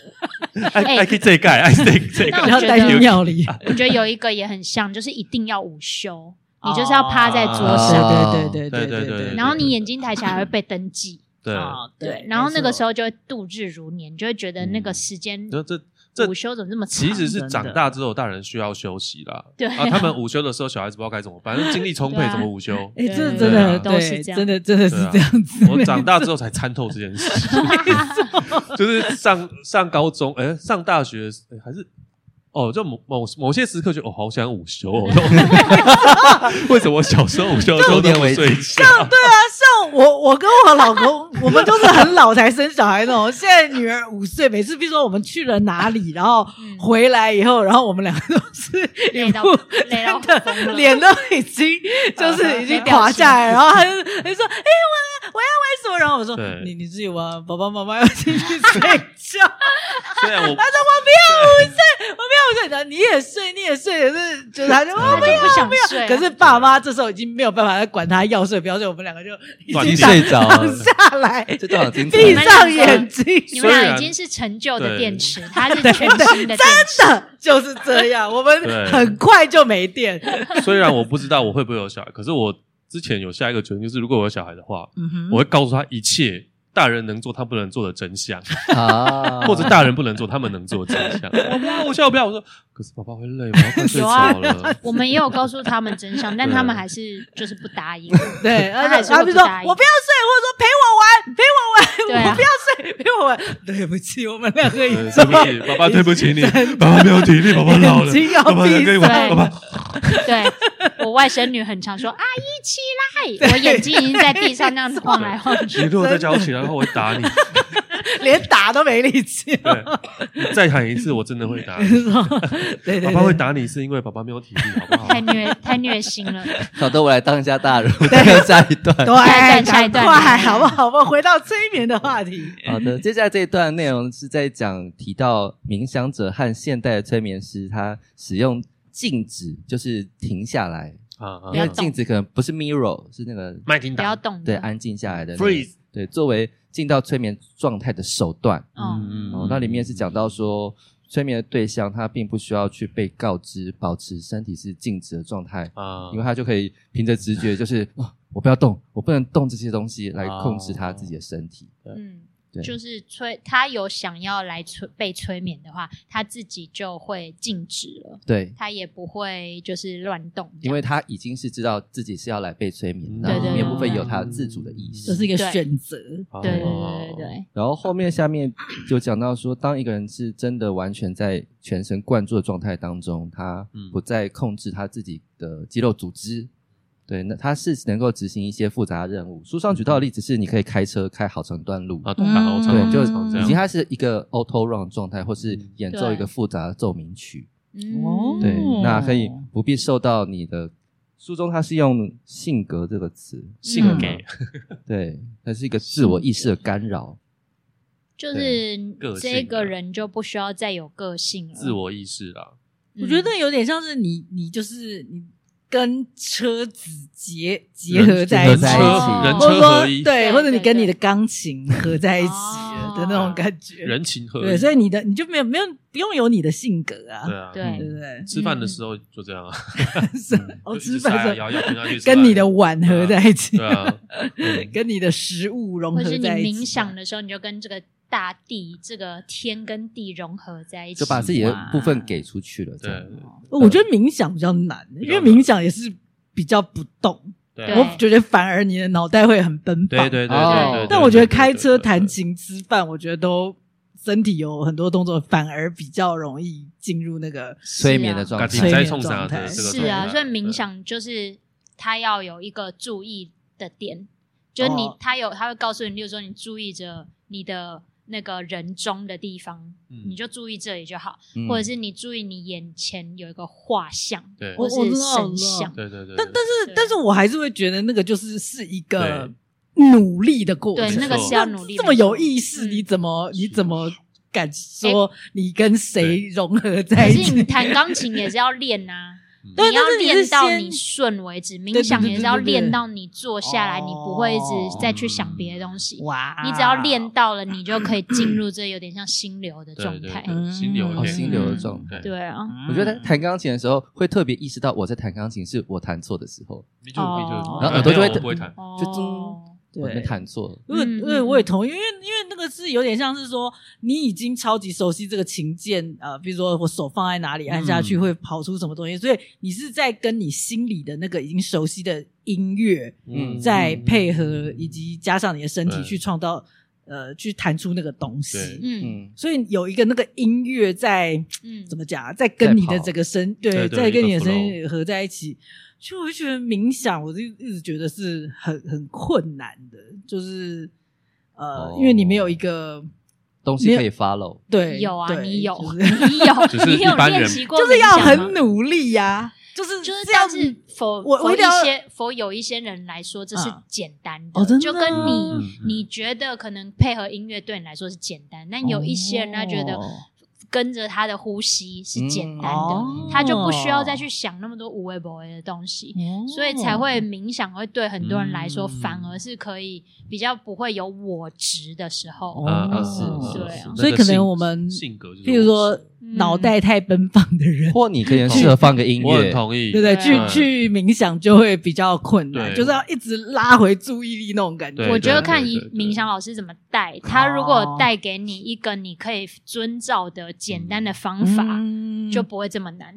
B: 爱
C: 哎
B: 爱去这盖，爱这这
C: 那
D: 不
C: 我
B: 盖。
D: 要
C: 觉
D: 带去
C: 得
D: 庙里。
B: 啊
C: 我觉得有一个也很像，就是一定要午休，
D: 哦
C: 你就是要趴在桌上，
A: 哦
D: 对对对
B: 对
D: 对
B: 对对
D: 对。
B: 对
C: 然后你眼睛抬起来还会被登记。
B: 对，
D: 哦对，
C: 啊
D: 嗯
C: 然后那个时
D: 候
C: 候就会度日如年，你就会觉得那个时间
B: 那这这
C: 午休怎么这么长？
B: 其实是长大之后大人需要休息啦。
C: 对
D: 哦
B: 啊，他们午休的时候小孩子不知道该怎么办，精力充沛
C: 对啊
B: 怎么午休？
D: 哎，
C: 对
D: 这
C: 对
D: 真
B: 对
D: 的
C: 都
D: 对
C: 是这样
D: 真的真的是
B: 对啊
D: 这样 子。
B: 我长大之后才参透这件事， 就是上上高中，哎、上大学、哎还是哦，就某某某些时刻就哦，好想午休 哦。为什么我小时候午休的时候都不睡觉？
D: 啊像我，我跟我老公，我们都是很老才生小孩那种。现在女儿五岁，每次比如说我们去了哪里，然后
C: 嗯
D: 回来以后，然后我们两个都 是
C: 累到
D: 一副
C: 累到
D: 真的
C: 哎疯了嗯
D: 脸都已经就是已经垮下来，然后他就 他就说：“哎、我要我要玩什么？”然后我说
B: 对：“
D: 你你自己玩，爸爸妈妈要进去睡觉。”
B: 虽然我
D: 他说：“我不要午睡，我不要午睡。”然后你也睡，你也睡，也是就 是他就
C: 他
D: 我不
C: 就
D: 要。
C: 不想睡啊。
D: 可是爸妈这时候已经没有办法再管他要睡不要睡，我们两个就已
B: 断
D: 经
B: 定
D: 想
A: 睡着
D: 躺
A: 了，
D: 下来，
A: 这段好精彩。
D: 闭上眼睛，
C: 你
B: 虽
C: 们俩
B: 然
C: 已经是陈旧的
B: 对
C: 电池，他是全新的电池。
D: 真的就是这样。我们
B: 对
D: 很快就没电。
B: 虽然我不知道我会不会有小孩，可是我之前有下一个决定，就是如果我有小孩的话，
D: 嗯哼
B: 我会告诉他一切大人能做他不能做的真相。
A: 啊，
B: 或者大人不能做，他们能做真 相。我不要，我笑不要。我说，可是爸爸会累，我要快睡
C: 有啊
B: 着 了。
C: 我们也有告诉他们真相，但他们还是就是不答应。
D: 对，
C: 他
D: 而
C: 还
D: 且
C: 是
D: 他
C: 会
D: 们
C: 不
D: 说
C: 答应
D: 我不要睡，我说陪我玩，陪我
C: 对
D: 玩，
C: 啊
D: 我不要睡，陪我玩。对不起，我们两个已
B: 对
D: 经
B: 对不起，爸爸，对不起 你，爸爸没有体力，爸爸老
D: 眼
B: 了，
D: 睛要
B: 爸爸想
D: 闭
B: 跟你
D: 上。
B: 玩，爸爸
C: 对我外甥女很常说：“阿姨起来！”我眼睛已经在地上那 样子晃来晃去。
B: 你如果再叫我起来的话，我会 打你。
D: 连打都没力气。
B: 对，你再喊一次，我真的会打 你。
D: 对对
B: 爸
D: 对，
B: 爸会打你是因为爸爸没有体力，好不 好？
C: 太虐太虐心了，
A: 好的，我来当一下 大人，我再看下一段。
D: 对，
C: 下一段下一
D: 赶
C: 段
D: 快，好不好？我们回到催眠的话题。
A: 好的，接下来这一段内容是在讲提到冥想者和现代的催眠师，他使用静止，就是停下来，
B: 啊
C: 不
A: 因
C: 要
A: 为
C: 动
A: 静止可能不是 mirror，是那个
B: 麦金
C: 不要
B: 达，
C: 动的。
A: 对安静下来的那个
B: Freeze
A: 对，作为进到催眠状态的手段。
C: 嗯，
A: 哦，那里面是讲到说，催眠的对象他并不需要去被告知，保持身体是静止的状态，
B: 啊
A: 因为他就可以凭着直觉，就是、哦、我不要动，我不能动这些东西来控制他自己的身体。
C: 嗯，
A: 对
C: 就是催他有想要来催被催眠的话，他自己就会静止了，
A: 对，
C: 他也不会就是乱动这样，
A: 因为他已经是知道自己是要来被催眠，
B: 对
A: 然后
C: 对
A: 里面
C: 对
A: 部分
C: 对
A: 有他的自主的意识，
D: 这是一个
C: 对
D: 选择。
B: 哦
C: 对对
A: 哦
C: 对对对，
A: 然后后面下面就讲到说，当一个人是真的完全在全神贯注的状态当中，他
B: 嗯
A: 不再控制他自己的肌肉组织，对，那他是能够执行一些复杂的任务。书上举到的例子是，你可以开车开好长段路，
B: 嗯啊，通常
D: 嗯
B: 我常
A: 对，就
B: 常这
A: 已经
B: 样，
A: 它是一个 auto run 的状态，或
B: 嗯
A: 是演奏一个复杂的奏鸣曲，
D: 哦
C: 嗯，
A: 对
D: 嗯，
A: 那可以不必受到你的。书中它是用性格这个词，
B: 性格
A: 嗯对，它是一个自我意识的干扰，
C: 就是
B: 个性
C: 这个
B: 啊
C: 人就不需要再有个性了，
B: 自我意识啦，
C: 嗯，
D: 我觉得有点像是你，你就是你跟车子结
B: 嗯
D: 结合在一
B: 人
D: 起，
B: 车
C: 哦
B: 人
D: 或
B: 车
D: 者
B: 合
D: 说
B: 一，
D: 对，
C: 对
D: 或者你
C: 对
D: 跟你
C: 对
D: 的钢琴合在一起了的那
C: 哦
D: 种感觉。
B: 人情合
D: 对，
B: 一，
D: 所以你的你就没有没有不用有你的性格啊，
B: 对啊，
C: 对
D: 对不嗯对？
B: 吃饭的时候就这样啊，
D: 是哦，
B: 就一
D: 吃
B: 直
D: 饭
B: 塞
D: 的
B: 啊
D: 时
B: 摇
D: 候
B: 摇滚下去 吃饭
D: 跟你的碗合在一起，
B: 对 啊，嗯
D: 跟你的食物融
C: 或
D: 合
C: 是你
D: 在一起。啊
C: 冥想的时候，你就跟这个大地、这个天跟地融合在一起，
A: 就把自己的部分给出去了。这样
B: 对
D: 哦，我觉得冥想比较难，因为冥想也是比较不动，
B: 对
C: 对
B: 啊
D: 我觉得反而你的脑袋会很奔
B: 对
D: 放。
B: 对对对
A: 哦
B: 对对，
D: 但我觉得开
B: 对
D: 车、
B: 对对
D: 弹琴、吃饭，我觉得都身体有很多动作，反而比较容易进入那个
A: 催
C: 啊
A: 眠的状
B: 嘎
A: 态，
B: 叽
D: 催
B: 在
D: 眠
B: 冲啥
D: 状态
B: 的这个
C: 是啊，
B: 状态
C: 所以冥想就是他要有一个注意的点，就是你
D: 哦
C: 他有他会告诉你，例如说你注意着你的那个人中的地方，
B: 嗯
C: 你就注意这里就好，
A: 嗯
C: 或者是你注意你眼前有一个画像
B: 对
C: 或
D: 我
C: 是
D: 我知道
C: 神
D: 我知道
C: 像，
B: 对对对，
D: 但但是
C: 对
D: 但是我还是会觉得那个就是是一个努力的过程，
C: 对
B: 那个是
C: 要努力的
D: 这么有意识，
C: 嗯哎
D: 你怎么你怎么敢说你跟谁融合在
C: 可
D: 一
C: 是你
D: 起？
C: 弹钢琴也是要练呐、
D: 对
C: 你要
D: 但是你是
C: 练到
D: 先
C: 你顺为止，冥
D: 嗯对
C: 想
D: 对对
C: 也是要
D: 对对对
C: 练到你坐下来，
D: 哦嗯
C: 你不会一直再去想别的东西。
D: 哇
C: 你只要练到了，你就可以进入这有点像心流的
B: 对
C: 状
B: 对
C: 态。
B: 对心流有
A: 哦，
B: 点
A: 心流的状态。
B: 对
C: 对啊，
D: 嗯
A: 我觉得弹钢琴的时候会特别意识到我在弹钢琴是我弹错的时候，
B: 你就你就，
C: 哦
A: 然后耳朵就会
B: 没有我不会弹，
A: 就
C: 哦，
A: 我
D: 对
A: 们。弹错了。
D: 因为
C: 嗯
D: 因
C: 嗯
D: 为我也同意，因为因为那个是有点像是说，你已经超级熟悉这个琴键，呃，比如说我手放在哪里，按下去
B: 嗯
D: 会跑出什么东西，所以你是在跟你心里的那个已经熟悉的音乐
A: 嗯
D: 再配合，以及加上你的身体
B: 嗯对
D: 去创造，呃，去弹出那个东
B: 对
D: 西。
C: 嗯
A: 嗯，
D: 所以有一个那个音乐在
C: 嗯，
D: 怎么讲啊，在跟你
A: 在
D: 的
A: 跑
D: 整个声，
B: 对
D: 对，
B: 对
D: 在跟
B: 一个
D: 你的
B: flow
D: 声音合在一起，就我就觉得冥想，我就一直觉得是很很困难的，就是呃，
A: 哦
D: 因为你没有一个
A: 东西可以 follow，
D: 对，
C: 有啊，
D: 对
C: 你有，
D: 就是
B: 只是
C: 你有，你有
B: 一般人
C: 练习过冥
D: 就
C: 想吗，啊
D: 是要很努力呀，就是
C: 就是，
D: 这样
C: 但是否
D: 我
C: 否
D: 我一
C: 一
D: 定要
C: 些否有一些人来说，这是
D: 嗯
C: 简单
D: 哦真的
C: 就跟你、
B: 嗯嗯嗯
C: 你觉得可能配合音乐对你来说是简单，但有一些人他觉得
D: 哦
C: 跟着他的呼吸
B: 嗯
C: 是简单的，
D: 哦
C: 他就不需要再去想那么多无为不为的东西。
B: 哦
C: 所以才会冥想，会对很多人来说，
B: 嗯
C: 反而是可以比较不会有我执的时候。
D: 哦
B: 啊啊
D: 哦
B: 是，
C: 对啊
B: 是
D: 所以可能我们
B: 性格，
D: 譬如说
C: 嗯
D: 脑袋太奔放的人。
A: 或你可能适合放个音
B: 我很
A: 乐，
B: 同意，
D: 对不对？去
C: 对
D: 去冥想就会比较困难，
B: 对
D: 就是要一直拉回注意力那种感觉。
B: 对
C: 我觉得看
B: 对
C: 一
B: 对哦对
C: 冥想老师怎么带，他如果带给你一个你可以遵照的简单的方法，
D: 嗯
C: 就不会这么难。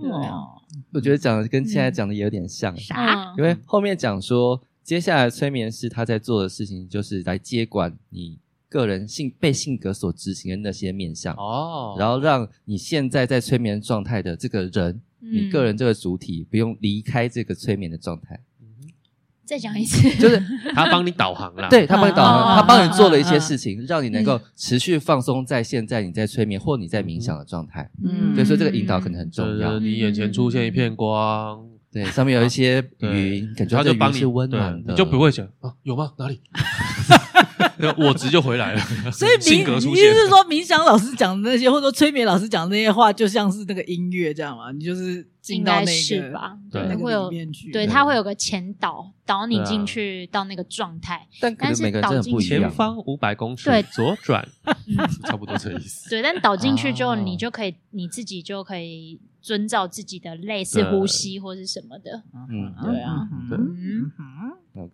C: 对啊
D: 哦，
A: 我觉得讲的跟现在讲的有点像，
B: 嗯
C: 啥
A: 因为后面讲说，接下来催眠师他在做的事情就是来接管你个人性被性格所执行的那些面相，
B: 哦，
A: 然后让你现在在催眠状态的这个人，你个人这个主体不用离开这个催眠的状态，
C: 再讲一次，
A: 就是
B: 他帮你导航啦，
A: 对他帮你导
C: 嗯
A: 航，
C: 嗯
A: 他帮你做了一
D: 嗯
A: 些
D: 嗯
A: 事情，让你能够持续放松在现在你在催眠或你在冥想的状态。
D: 嗯
A: 对，所以这个引导可能很重
B: 就是
A: 要。
B: 你眼前出现一片光，
A: 对，上面有一些
B: 对
A: 云，感觉
B: 他
A: 这
B: 就
A: 个
B: 帮
A: 云
B: 你
A: 是温暖
B: 对
A: 的，
B: 你就不会想啊有吗？哪里？我直就回来了，
D: 所以
B: 性
D: 冥，
B: 格出
D: 你
B: 现
D: 是说冥想老师讲的那些，或者说催眠老师讲的那些话，就像是那个音乐这样吗？你就是进
C: 应
D: 到
C: 该
D: 那
C: 是
D: 个
C: 吧？
B: 对
C: 会
D: 那个里
C: 有。
D: 面去。
C: 对，
B: 对
C: 它会有个前导，导你
B: 对啊
C: 进去到那个状态。
A: 但可
C: 但
A: 能
C: 是
A: 每个人
C: 导
A: 真的
C: 进
A: 不一
B: 前
A: 样。
B: 方五百公尺
C: 对，
B: 左转，
C: 嗯
B: 是差不多这意思。
C: 对，但导进去之后，
A: 啊
B: 哦
C: 你就可以你自己就可以遵照自己的类似
B: 对
C: 呼吸或是什么的。
A: 嗯
D: 对啊，
A: 对
D: 嗯
C: 嗯，
D: 哼
A: ，OK。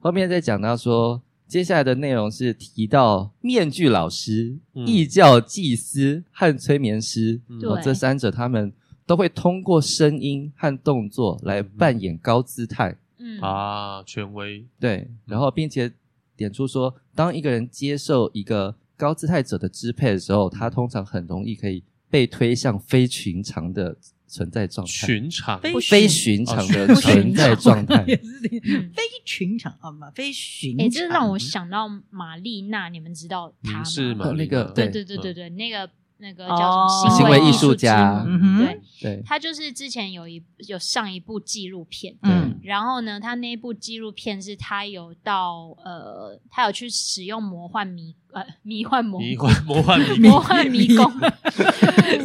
A: 后面再讲到说，接下来的内容是提到面具老师、
B: 嗯
A: 异教祭司和催眠师，
B: 嗯
A: 哦，
C: 对
A: 这三者他们都会通过声音和动作来扮演高姿态，
C: 嗯，
B: 啊，权威，
A: 对，然后并且点出说，当一个人接受一个高姿态者的支配的时候，他通常很容易可以被推向非寻常的存在状态，
B: 寻常，
D: 非，
A: 非寻常的
C: 不
A: 存
C: 寻
A: 在
C: 常
A: 状态
D: 也是
C: 嗯
D: 非寻常啊嘛，非寻
C: 哎，
D: 常。
C: 这让我想到玛丽娜，你们知道她
B: 凝视
C: 吗？
B: 玛
A: 那
B: 丽
A: 个
B: 娜
C: 对嗯
A: 对
C: 对对对对，那个那个
D: 哦
C: 叫什么
D: 行为
C: 艺
D: 艺
A: 术
C: 术
A: 家
C: 之母
D: 嗯哼
C: 对，
A: 对，
C: 她就是之前有一有上一部纪录片，
D: 嗯
C: 然后呢，他那一部纪录片是他有到呃，他有去使用魔幻迷呃迷幻魔
B: 迷幻魔幻迷
C: 魔幻迷宫、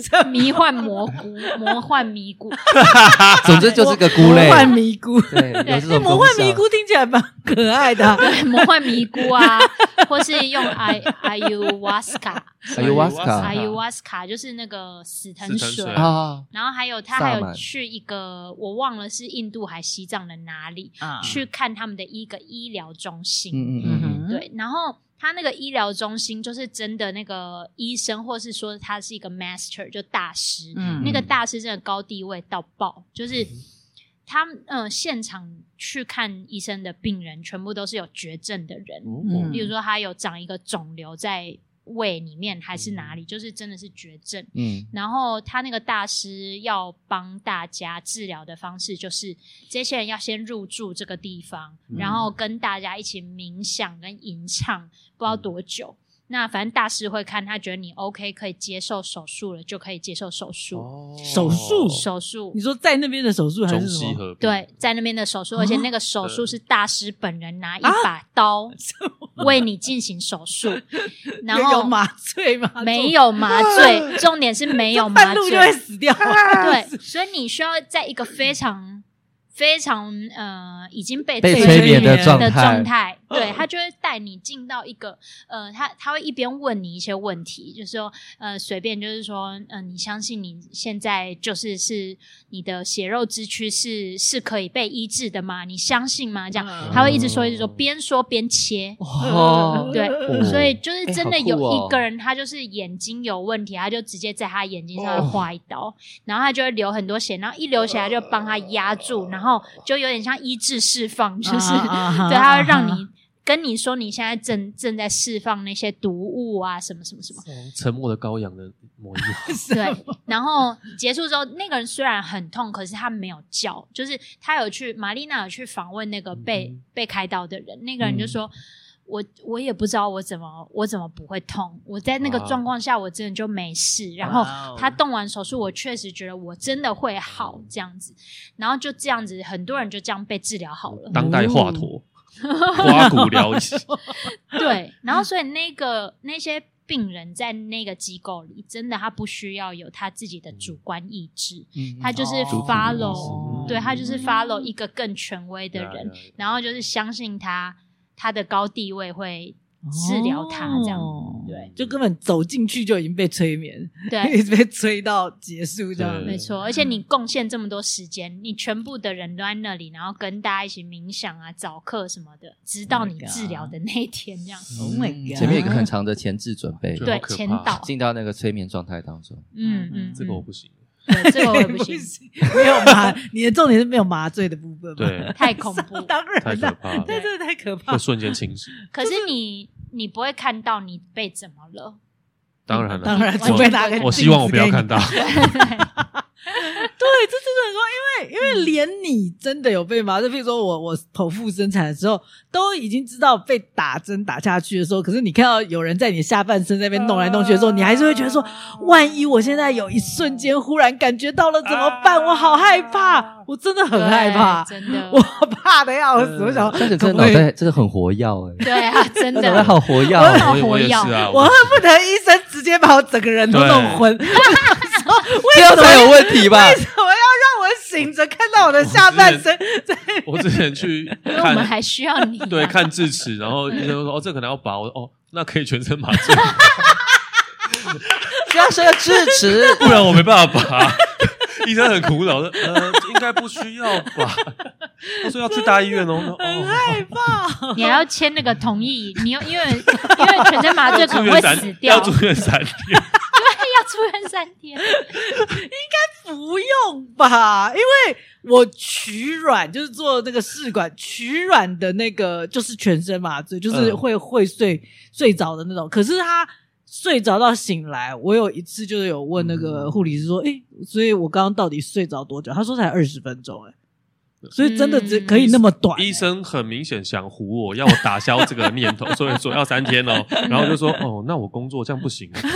D: 这
C: 迷幻蘑菇、魔幻迷菇，
A: 总之就是个菇 类
D: 魔，幻迷菇，
A: 对，有这
D: 那
A: 种
D: 魔幻
A: 功
D: 迷
A: 效
D: 菇听起来蛮可爱的啊。
C: 对，魔幻迷菇啊，或是用 i ayahuasca
A: 还有
B: Ayahuasca
A: 卡
C: ayahuasca 就是那个死藤
B: 死藤
C: 水
B: 水
A: 啊，
C: 然后还有他
A: 萨
C: 还有
A: 满
C: 去一个我忘了是印度还西藏的哪里、
D: 啊
C: 去看他们的一个医疗中心，
A: 嗯嗯
D: 嗯
A: 嗯
D: 哼
A: 嗯，
C: 对，然后他那个医疗中心就是真的那个医生，或是说他是一个 master 就大师，
D: 嗯
C: 那个大师真的高地位到爆，就是他们呃现场去看医生的病人，全部都是有绝症的人，
D: 嗯
C: 比如说他有长一个肿瘤在胃里面还是
D: 嗯
C: 哪里，就是真的是绝症。
A: 嗯
C: 然后他那个大师要帮大家治疗的方式，就是这些人要先入住这个地方，
B: 嗯
C: 然后跟大家一起冥想跟吟唱，不知
D: 嗯
C: 道多久。那反正大师会看，他觉得你 OK 可以接受手术了，就可以接受手术。
B: 哦
D: 手术
C: 手术
D: 你说在那边的手术还
B: 中
D: 是
B: 西
D: 什么？
B: 合璧，
C: 对，在那边的手术，而且那个手术是大师本人拿一
D: 啊
C: 把 刀为你进行手术，然
D: 有有
C: 后
D: 麻醉吗？
C: 没有麻 醉，重点是没
D: 这
C: 有麻
D: 半路
C: 醉，
D: 就会死掉。啊
C: 对，所以你需要在一个非常非常呃已经被
A: 被
D: 催
C: 眠
D: 眠的
A: 状
C: 的
A: 态
C: 状态，对他就会带你进到一个呃，他他会一边问你一些问题，就是说呃随便就是说嗯、呃，你相信你现在就是是你的血肉之躯是是可以被医治的吗？你相信吗？这样
D: 嗯
C: 他会一直说一直说，边说边切。
A: 哦，
C: 对，
A: 哦
C: 所以就是
A: 哎
C: 真
A: 好
C: 的有
A: 酷哦
C: 一个人，他就是眼睛有问题，他就直接在他眼睛上面
A: 哦
C: 划一刀，然后他就会流很多血，然后一流血他就帮他压住，然后就有点像医治释放，
A: 啊
C: 就是、
B: 啊
C: 对，他会让你。跟你说，你现在正正在释放那些毒物啊，什么什么什么，
B: 哦沉默的羔羊的模 样，
C: 对。然后结束之后，那个人虽然很痛，可是他没有叫，就是他有去玛丽娜有去访问那个被、
B: 嗯
C: 被开刀的人，那个人
D: 嗯
C: 就说。我我也不知道我怎么我怎么不会痛，我在那个
B: 哇
C: 状况下我真的就没事。然
D: 啊哇
C: 后
D: 哦
C: 他动完手术，我确实觉得我真的会好这样子，然后就这样子，很多人就这样被治疗好了。
B: 当代华佗，
C: 嗯
B: 花骨 疗疾，
C: 对，然后所以那个那些病人在那个机构里，真的他不需要有他自己的主观意志，
A: 嗯
C: 他就是
D: 哦
C: follow，、
B: 嗯
C: 对他就是 follow 一个更权威的人，
B: 对啊对啊
C: 然后就是相信他他的高地位会治疗他这样，
D: 哦
C: 对
D: 就根本走进去就已经被催眠，
C: 对。
D: 一直被催到结束这样。
B: 对
C: 没错，而且你贡献这么多时间，你全部的人都在那里，然后跟大家一起冥想啊、早课什么的，直到
D: Oh
C: 你
D: my
C: 治疗的那一天，这样。
D: Oh my god
A: 前面有一个很长的前置准备，
B: 对
C: 对
B: 好，可怕
C: 前导，
A: 进到那个催眠状态当中，
C: 嗯嗯，
B: 这个我
C: 嗯
B: 不 行，
C: 对这个我 也不行，，
D: 没有麻，你的重点是没有麻醉的部分吗？。
B: 对
C: 太恐怖
D: 当
B: 太
D: 然
B: 可
D: 了，
B: 怕了，
D: 那真的太可怕
B: 会
D: 了。
B: 瞬间清醒，
C: 可是你你不会看到你被怎么了，
B: 当然了，
D: 当然，
C: 我
D: 除非拿个
B: 我我希望我不要
D: 镜子
B: 看
D: 给你
B: 到，
D: 对，这真的很多，因为
A: 嗯
D: 因为连你真的有被麻醉，譬如说我我剖腹生产的时候，都已经知道被打针打下去的时候，可是你看到有人在你下半身在那边弄来弄去的时候，你还是会觉得说，
A: 啊
D: 万一我现在有一瞬间忽然感觉到了怎么办？我好害
A: 啊
D: 怕，我真的 很害怕，
C: 对真的，
D: 我怕的要死，
B: 嗯
D: 我想
A: 但是
D: 可
A: 呃真的
D: 不可
A: 脑
D: 以
A: 袋真的很活跃哎，
C: 对啊，真
A: 脑袋
C: 的，
A: 好活跃哦，
C: 好
B: 我也
C: 活
B: 我也是
C: 跃
B: 啊，
D: 我恨不得医生直接把我整个人都弄昏，我想说为什
A: 这样
D: 么要
A: 才有问题吧？
D: 为什么要让我醒着看到我的下半身？在
B: 我之前去
C: 因为我们
B: 看，
C: 还需要你啊，
B: 对，看智齿，然后医生说哦，这可能要拔，我说哦，那可以全身麻醉，
A: 需要是个智齿，
B: 不 然我没办法拔。医生很苦恼说：“呃，应该不需要吧？他说要去大医院哦，
D: 很
B: 哦
D: 害怕。
C: 你还要签那个同意，你要因为因为全身麻醉可
B: 哦住
C: 能会
B: 院三
C: 死 掉，
B: 要
C: 要住
B: 住院三天，
C: 院三 天。
D: 不用吧，因为我取卵就是做那个试管取卵的那个，就是全身麻醉，就是
B: 嗯
D: 会会睡睡着的那种。可是他睡着到醒来，我有一次就是有问那个护理师说：“诶，所以我刚刚到底睡着多久？”他说才二十分钟、诶，所以真的只
C: 嗯
D: 可以那么短、
B: 医生很明显想唬我，要我打消这个念头，所以说要三天哦，然后我就说哦，那我工作这样不行，哦
D: 诶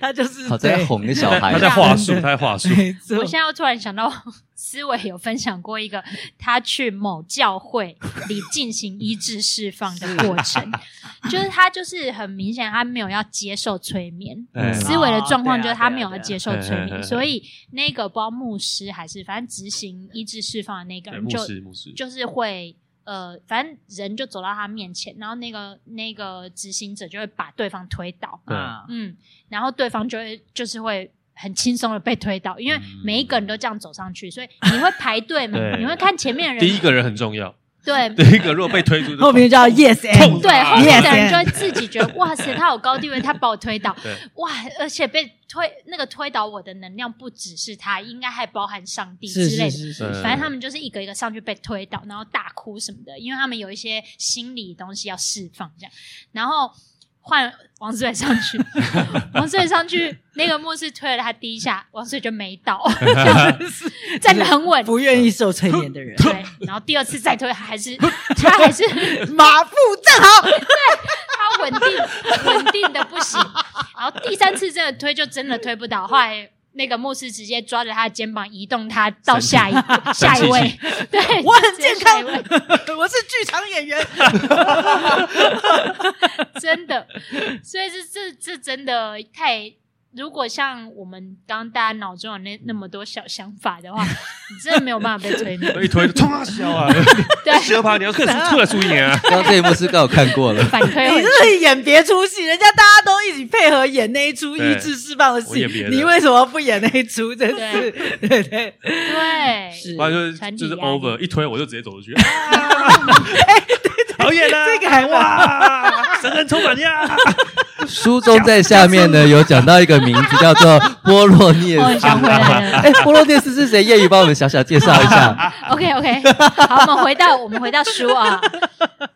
D: 他就是
A: 好在
D: 对
A: 哄个小
B: 他
A: 孩
B: 他在 话术，
D: 对
B: 他在话术，
D: 没错
C: 我现在又突然想到，思维有分享过一个他去某教会里进行医治释放的过程，就是他就是很明显他没有要接受催眠。
B: 哎
C: 思维的
D: 哦
C: 状况
D: 对
C: 就
D: 啊
C: 是他
D: 对啊
C: 没有要
D: 对啊
C: 接受催
B: 嘿嘿嘿
C: 眠，所以那个包牧师还是反正执行医治释放的那个
B: 对哎
C: 人
B: 牧
C: 就
B: 师牧师，
C: 就是会呃，反正人就走到他面前，然后那个那个执行者就会把对方推倒，
B: 对
D: 啊，
C: 嗯，然后对方就会就是会很轻松的被推倒，因为每一个人都这样走上去，所以你会排队嘛，
B: 对
C: 你会看前面的人，
B: 第一个人很重要，
C: 对
B: 第一个如果被推出，
D: 后面叫 yes and
B: 痛
C: 对，
B: 啊
C: 后面的
D: Yes,
C: 人就会自己觉得哇塞，他有高地位，他把我推倒
B: 对，
C: 哇，而且被推那个推倒我的能量不只是他，应该还包含上帝
D: 是
C: 之类
D: 是
C: 的。
D: 是
B: 对
D: 是，
C: 反正他们就是一个一个上去被推倒，然后大哭什么的，因为他们有一些心理东西要释放，这样。然后换王思伟上去，王思伟上去，那个牧师推了他第一下，王思伟就没倒， 站得很稳。，
D: 不愿意受催眠的 人
C: 对，然后第二次再推，还是他还是
D: 马腹正好。
C: 他稳定稳定的不行。然后第三次真的推就真的推不倒，后来那个牧师直接抓着他的肩膀移动他到下一 下一位， 对，
D: 我很健
C: 直接下一位
D: 康，我是剧场演 员。
C: 真的，所以这这这真的太。如果像我们刚刚大家脑中有那那么多小想法的话，你真的没有办法被 催眠。
B: 一推就冲他笑啊，
C: 对，，
B: 十二趴你要克出了输赢啊，
A: 刚刚这一幕是刚好看过了
C: 反推
D: 哎你
C: 回去
D: 这是演别出戏，人家大家都一起配合演那一出
B: 对
D: 一致释放的
B: 我
D: 戏
B: 演别，的
D: 你为什么不演那一出？真是， 对对，
C: 对，
D: 是。
B: 不然就是
C: 团体
B: 就是
C: 压力
B: over 一推我就直接走出去，哎导演呢？
D: 这个还
B: 哇，神人充满呀，
A: 书中在下面呢有讲到一个名字叫 做波洛涅
C: 我很
A: 斯。
C: 想哦回来了。
A: 哎，波洛涅斯是谁？业余帮我们小小介绍一 下。
C: OK OK，好，我们回到我们回到书啊。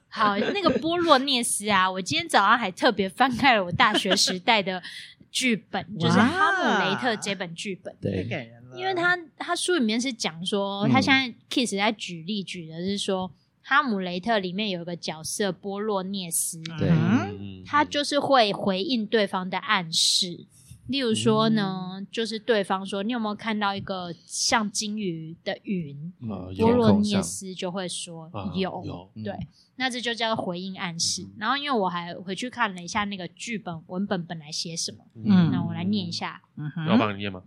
C: 好，那个波洛涅斯啊，我今天早上还特别翻开了我大学时代的剧本，就是《
D: 哇
C: 哈姆雷特》这本剧本。
D: 太
A: 对，
D: 感人了，
C: 因为他他书里面是讲说，
A: 嗯
C: 他现在 Kiss 在举例举的是说，哈姆雷特》里面有一个角色波洛涅斯，
A: 对
D: 嗯
C: 他就是会回应对方的暗示。例如说呢，就是对方说你有没有看到一个像金鱼的云？
B: 呃
C: 波
A: 有
C: 洛
A: 空
C: 涅
A: 上
C: 斯就会说
B: 啊
C: 有，
B: 有
A: 嗯
C: 对，那这就叫做回应暗示
B: 嗯。
C: 然后因为我还回去看了一下那个剧本文本本来写什么，
D: 嗯
C: 那我来念一，下。
D: 嗯
B: 嗯要
D: 哼，
B: 帮你念吗？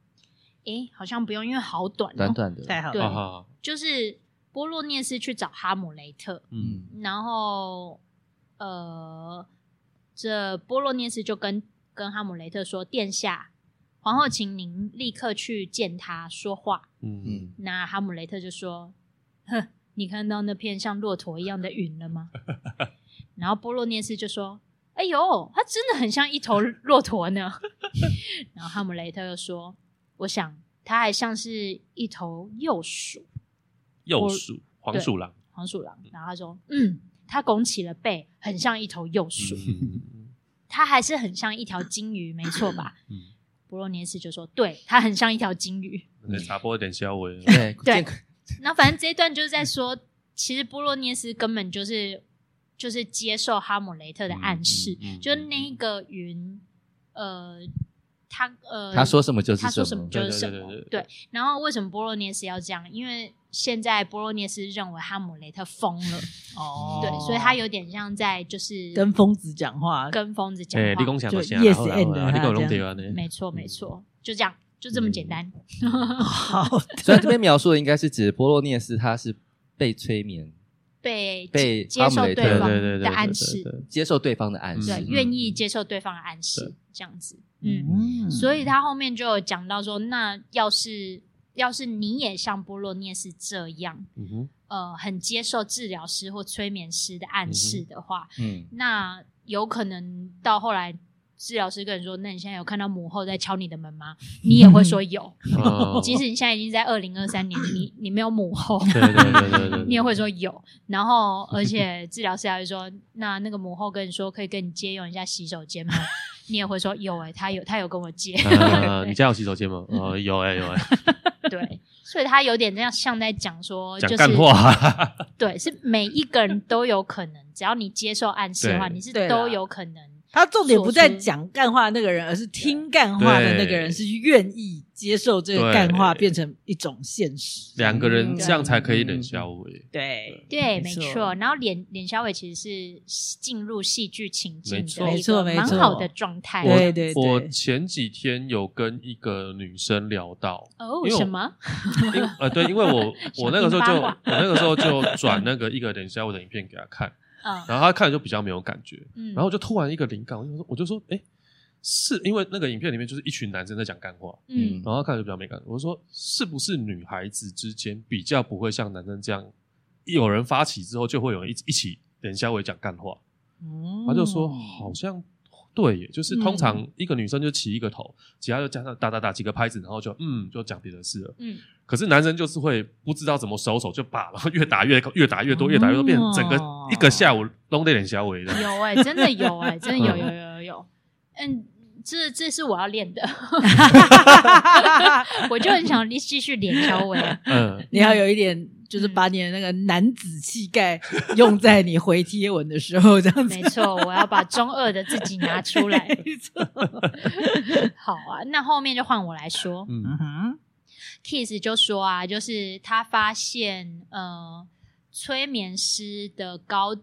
C: 诶，好像不用，因为好短、哦。
A: 短短的，
D: 太好
C: 对
B: 啊
D: 了，
B: 好好，
C: 就是波洛涅斯去找哈姆雷特，
B: 嗯，
C: 然后呃，这波洛涅斯就跟跟哈姆雷特说：“殿下，皇后，请您立刻去见他说话。”
B: 嗯
A: 嗯，
C: 那哈姆雷特就说：“哼，你看到那片像骆驼一样的云了吗？” 然后波洛涅斯就说：“哎呦，它真的很像一头骆驼呢。” 然后哈姆雷特又说：“我想它还像是一头幼鼠，
B: 幼鼠黄鼠狼，
C: 黄鼠狼。”然后他说：“嗯，它拱起了背，很像一头幼鼠。
B: 嗯
C: 它还是很像一条金鱼，没错吧？”
B: 嗯
C: 波洛涅斯就说：“对，它很像一条 金鱼。”
B: 嗯，插播一点消微，
A: 对
C: 对
A: 健康
C: 然后反正这一段就是在说，其实波洛涅斯根本就是就是接受哈姆雷特的暗示，
B: 嗯嗯嗯
C: 就那个云，呃，他呃，
A: 他说什么就是
C: 他说
A: 什
C: 么
A: 么，
C: 就是
B: 对
C: 什
B: 对
C: 么
B: 对对，
C: 对。然后为什么波洛涅斯要这样？因为现在波洛涅斯认为哈姆雷特疯了，
D: 哦
C: 对，所以他有点像在就是
D: 跟疯子讲话，
C: 跟疯子讲
B: 哎，
C: 话
B: 你，讲啥
D: 就
B: 就啥
D: yes
B: 好啦
D: and
B: 好啦
D: 啊
B: 你讲拢
D: 这
B: 对啊呢，
C: 没错没错，就这样，就
B: 嗯
C: 这么简单。
D: 好
A: 虽然这边描述的应该是指波洛涅斯，他是被催眠，
C: 被
A: 被
C: 接
A: 哈
C: 受
A: 姆雷特
C: 对
B: 对
C: 方
B: 对对对
C: 的暗
B: 对
C: 示，
B: 对
A: 接受对方的暗示
C: 对，
B: 嗯，
C: 愿意接受对方的暗示，这样子，嗯，
D: 嗯
C: 所以他后面就有讲到说，那要是要是你也像波洛涅是这样，
B: 嗯哼，
C: 呃，很接受治疗师或催眠师的暗示的话，
A: 嗯，
C: 那有可能到后来。治疗师跟你说：“那你现在有看到母后在敲你的门吗？”你也会说有，
B: 哦
C: 即使你现在已经在二零二三年，你你没有母后，
B: 对对对对对对，
C: 你也会说有。然后，而且治疗师还会说，那那个母后跟你说可以跟你借用一下洗手间吗？你也会说有哎、他有他有跟我借，
B: 啊，你家有洗手间吗？ 哦，有哎有哎，
C: 对，所以他有点这样像在讲说，
B: 讲
C: 哦就是
B: 干话，
C: 对，是每一个人都有可能，只要你接受暗示的话，
B: 对
C: 你是
D: 对啦
C: 都有可能。
D: 他重点不在
C: 说出
D: 讲干话那个人，而是听干话的那个人
B: 对
D: 是愿意接受这个干话
B: 对
D: 变成一种现实。
B: 两个
A: 嗯
B: 人这样才可以冷笑微。
D: 对，
C: 对，没
D: 没错
C: 错。然后脸脸小伟其实是进入戏剧情境
B: 没错
C: 的一
D: 没错
C: 个
D: 没
C: 蛮
D: 错
C: 好的状态。
D: 对
B: 我
D: 对
B: 我
D: 对
B: 前几天有跟一个女生聊 到，
C: 哦，
B: 因为我
C: 什么？
B: 因呃对，因为我我那个时候
C: 小
B: 就
C: 心八
B: 我
C: 卦
B: 那个时候就转那个一个冷笑微的影片给她看，
C: 嗯
B: 然后她看就比较没有感觉，
C: 嗯，
B: 然后就突然一个灵感，我就说我就说哎。诶是因为那个影片里面就是一群男生在讲干话，
C: 嗯
B: 然后她看着就比较没感觉。我就说是不是女孩子之间比较不会像男生这样，有人发起之后就会有人一一起冷笑微讲干话？
D: 嗯
B: 他就说
C: 哦
B: 好像对耶，就是通常
C: 嗯
B: 一个女生就起一个头，其他就加上哒哒哒几个拍子，然后就嗯就讲别的事了。
C: 嗯，
B: 可是男生就是会不知道怎么收手，就把然后越打越高，越打越多，越打越多，变成整个
D: 哦
B: 一个下午弄得点小尾 的。
C: 有哎、真的有哎、真的有
B: 嗯
C: 有有有有，嗯，这这是我要练 的，
D: 嗯
C: 我就很想继续脸小伟、啊。
B: 嗯，
D: 你要有一点，就是
C: 嗯
D: 把你的那个男子气概 用在你回贴文的时候，这样子
C: 没。错，我要把中二的自己 拿出来。
D: 没错。
C: 好啊，那后面就换我来说。
B: 嗯
D: 嗯哼，
C: Kiss 就说啊，就是他发现呃，催眠师的高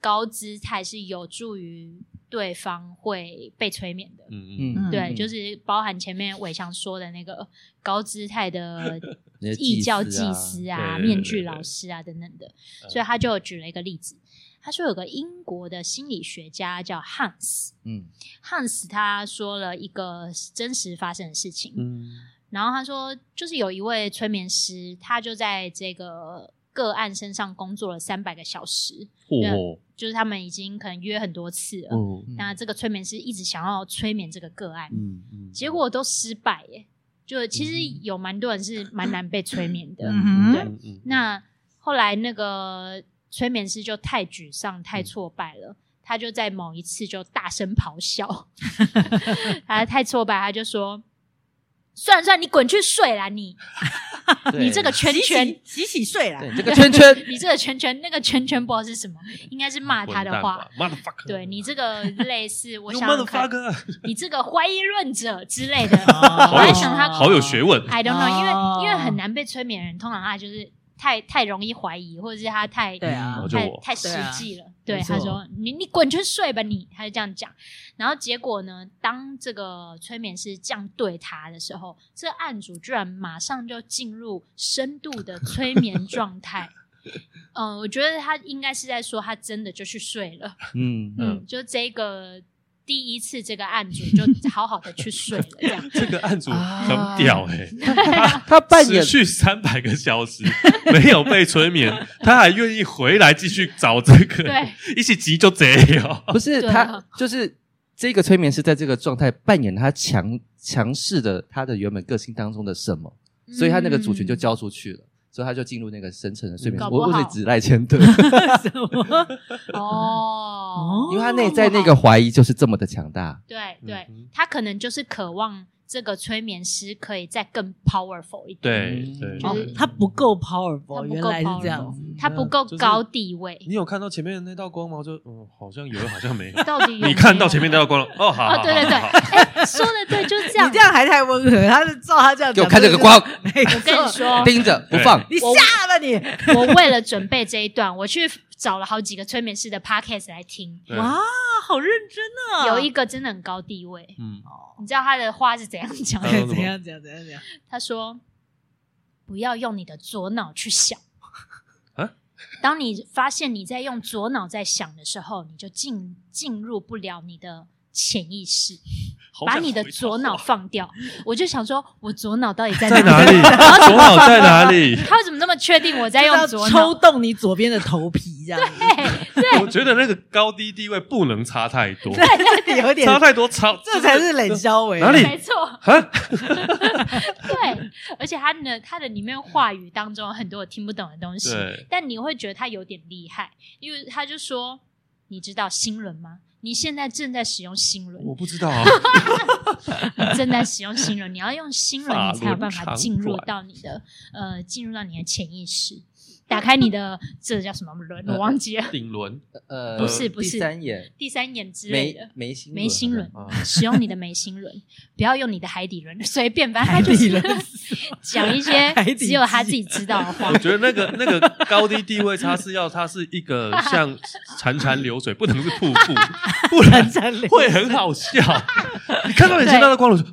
C: 高姿态是有助于对方会被催眠的。
B: 嗯嗯，
D: 嗯
C: 对，就是包含前面伟强说的那个高姿 态的
A: 那些
C: 异教
A: 祭
C: 祭
A: 司啊
C: 司啊、
B: 对对对
C: 面
B: 对
C: 具
B: 对嗯
C: 老师啊等等的，所以他就举了一个例子，他说有个英国的心理学家叫 Hans，
A: 嗯
C: Hans 他说了一个真实发生的事情，
B: 嗯
C: 然后他说，就是有一位催眠师，他就在这个个案身上工作了三百个小时，
B: 嚯，
C: 就是他们已经可能约很多次了。
A: 哦
B: 嗯
C: 那这个催眠师一直想要催眠这个个案，
B: 嗯嗯，
C: 结果都失败耶。就其实有蛮多人是蛮难被催眠的。
D: 嗯哼
C: 对
B: 嗯嗯
C: 那后来那个催眠师就太沮丧、太挫败了，他就在某一次就大声咆哮，他太挫败，他就说：“算了算了，你滚去睡啦，你
A: 对
C: 你这个圈啊
D: 洗
C: 圈
D: 洗，洗洗睡啦
A: 对。你这个圈圈，
C: 你这个圈圈，那个圈圈不知道是什么，应该是骂他的话。
B: ，motherfucker，
C: 对你这个类似，我
B: ，you
C: 想想看
B: motherfucker，
C: 你这个怀疑论者之类的，
D: 哦
C: 我在想他
B: 好有学问，
C: I don't know，、
D: 哦
C: 因为因为很难被催眠的人，通常他就是太太容易怀疑，或者是他太
D: 对
A: 嗯
D: 啊
B: 哦就
C: 太
B: 我
C: 太实际了。
D: 对
C: 对,、
D: 啊没错
C: 他说你你滚去睡吧你，他就这样讲。然后结果呢，当这个催眠师这样对他的时候，这案主居然马上就进入深度的催眠状 态。嗯、我觉得他应该是在说他真的就去睡了。
A: 嗯
C: 嗯，
B: 嗯
C: 就这个第一次这个案主就好好的去睡了，这 样。
B: 这个案
C: 哦
B: 主
A: 啊
B: 很屌哎、
A: 他扮演
B: 持续三百个小时 没有被催眠， 他还愿意回来继续找这个，
C: 对，
B: 一起急就贼哦。
A: 不是
C: 对
A: 他
C: 啊，
A: 就是这个催眠师在这个状态扮演他强强势的他的原本个性当中的什么，所以他那个主权就
C: 嗯
A: 交出去了。所以他就进入那个深层的睡眠。
C: 搞不
A: 我我
C: 好
A: 是指赖千 德，
D: 什么？
C: 哦，
A: 因为他内在那个怀疑就是这么的强大。
C: 对对
B: 嗯哼，
C: 他可能就是渴望这个催眠师可以再更 powerful 一点，
B: 对
A: 嗯
B: 对，
C: 就
D: 哦
C: 是
D: 他不够
C: 他
D: powerful，
C: 不够
D: 原来是这样子。
C: 他不够高地位，
B: 你有看到前面的那道光吗？我就嗯，好像有，好像没有。
C: 到 底有没
B: 啊你
C: 有
B: 看到前面那道光了？哦，好，
C: 哦，
B: 好
C: 对对，对，
B: 好好
C: 哎，说的对，就是这样
D: 你这。样还太温和，他是照他这样
A: 给
D: 讲
A: 我看这个
D: 就是
A: 光，
D: 没错
C: 我跟你，
B: 啊
C: 说，
A: 盯着不放。
D: 你下吧你！
C: 我为了准备这一段，我去找了好几个催眠师的 podcast 来听，
B: 对
D: 哇，好认真啊！
C: 有一个真的很高地位，
B: 嗯，
C: 你知道他的话是怎样讲
B: 他说
C: 的？
B: 什么
D: 怎样怎样怎样怎样，
C: 他说：“不要用你的左脑去想。
B: 啊
C: 当你发现你在用左脑在想的时候，你就进进入不了你的潜意识，
B: 好
C: 把
B: 想
C: 你的
B: 回答
C: 左脑
B: 话
C: 放掉。我就想说，我左脑到底在
B: 在哪 里？左脑在哪里？
C: 他怎么那么确定我在用
D: 就是
C: 左
D: 要
C: 脑
D: 抽？动你左边的头皮，这样 子
B: 我觉得那个高低地位不能差太多，
D: 对，有点，
B: 差太多差，
D: 这才是冷消维。
B: 哪里
C: 没错，
B: 啊！
C: 对，而且他的他的里面话语当中有很多我听不懂的东 西，
B: 对，
C: 但你会觉得他有点厉害，因为他就说：“你知道心轮吗？你现在正在使用心轮，
B: 我不知道 啊，
C: 你正在使用心轮，你要用心轮，
B: 法
C: 你才有
B: 轮
C: 办法
B: 常
C: 进入
B: 管
C: 到你的呃，进入到你的潜意识，打开你的这叫什么轮？我忘记了，
B: 顶轮
A: 呃，
B: 不是
C: 不是
A: 第三眼
C: 第三眼之类
A: 眉
C: 的。”
A: 眉心
C: 眉心轮
B: 啊，
C: 使用你的眉心轮，不要用你的海底轮，随便，反正他就是讲一些
D: 海底
C: 只有他
D: 鸡
C: 自己知道的话
B: 我。觉得那个那个高低地位差是要它是一个像潺潺流水，不能是瀑 布，不然会很好笑。你看到眼前那个光轮，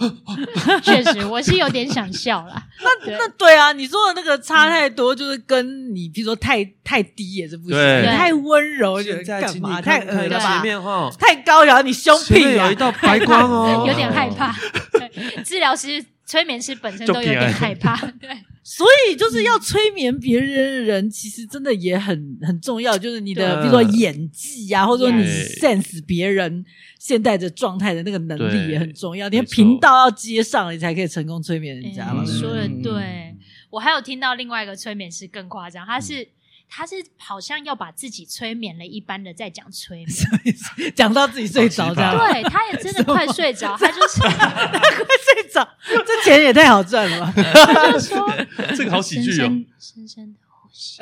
C: 确实，我是有点想笑啦。对
D: 那对啊，你说的那个差太多，就是跟你譬如说太太低也是不行，
B: 对
D: 你太温柔就
B: 现在
D: 干
B: 请你
D: 嘛？
B: 看
D: 太
B: 看
D: 恶
B: 一
D: 了
B: 下
D: 吧
B: 前？面哈，
D: 太高，然后你胸
B: 前面
D: 屁啊
B: 有一！道白光哦，
C: 有点害怕。对，治疗师、催眠师本身都有点害怕。对，
D: 所以就是要催眠别人的人，其实真的也很很重要，就是你的
B: 对
D: 比如说演技啊，或者说你
B: 对
D: sense 别人现在的状态的那个能力
B: 对
D: 也很重要，
B: 没
D: 你
B: 错
D: 的频道要接上，你才可以成功催眠人家嘛
C: 嗯。
D: 对不对
C: 说的
A: 嗯
C: 对，我还有听到另外一个催眠师更夸张，他是他是好像要把自己催眠了一般的在讲催眠，
D: 讲到自己睡着这样，
B: 好奇
C: 对，他也真的快睡着，他就是
D: 睡着，这钱也太好赚了吧？
C: 他就说
B: 这个好喜剧哦。
C: 深深深深的呼吸，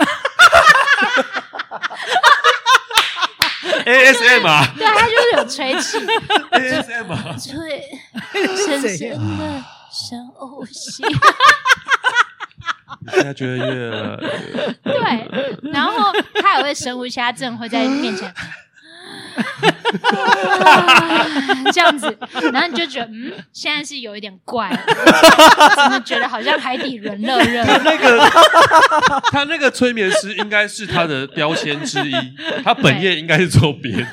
B: ASM 啊
C: 对他就是有吹气，
B: ，ASM 啊，
C: 吹
D: 谁
C: 深
D: 呀
C: 深的深呼吸。
B: 你现在觉得越
C: 对，然后他也会神无暇症，会在面前这样子，然后你就觉得嗯，现在是有一点怪了，怎么觉得好像海底轮热热？
B: 那个，他那个催眠师应该是他的标签之一，他本业应该是做别的，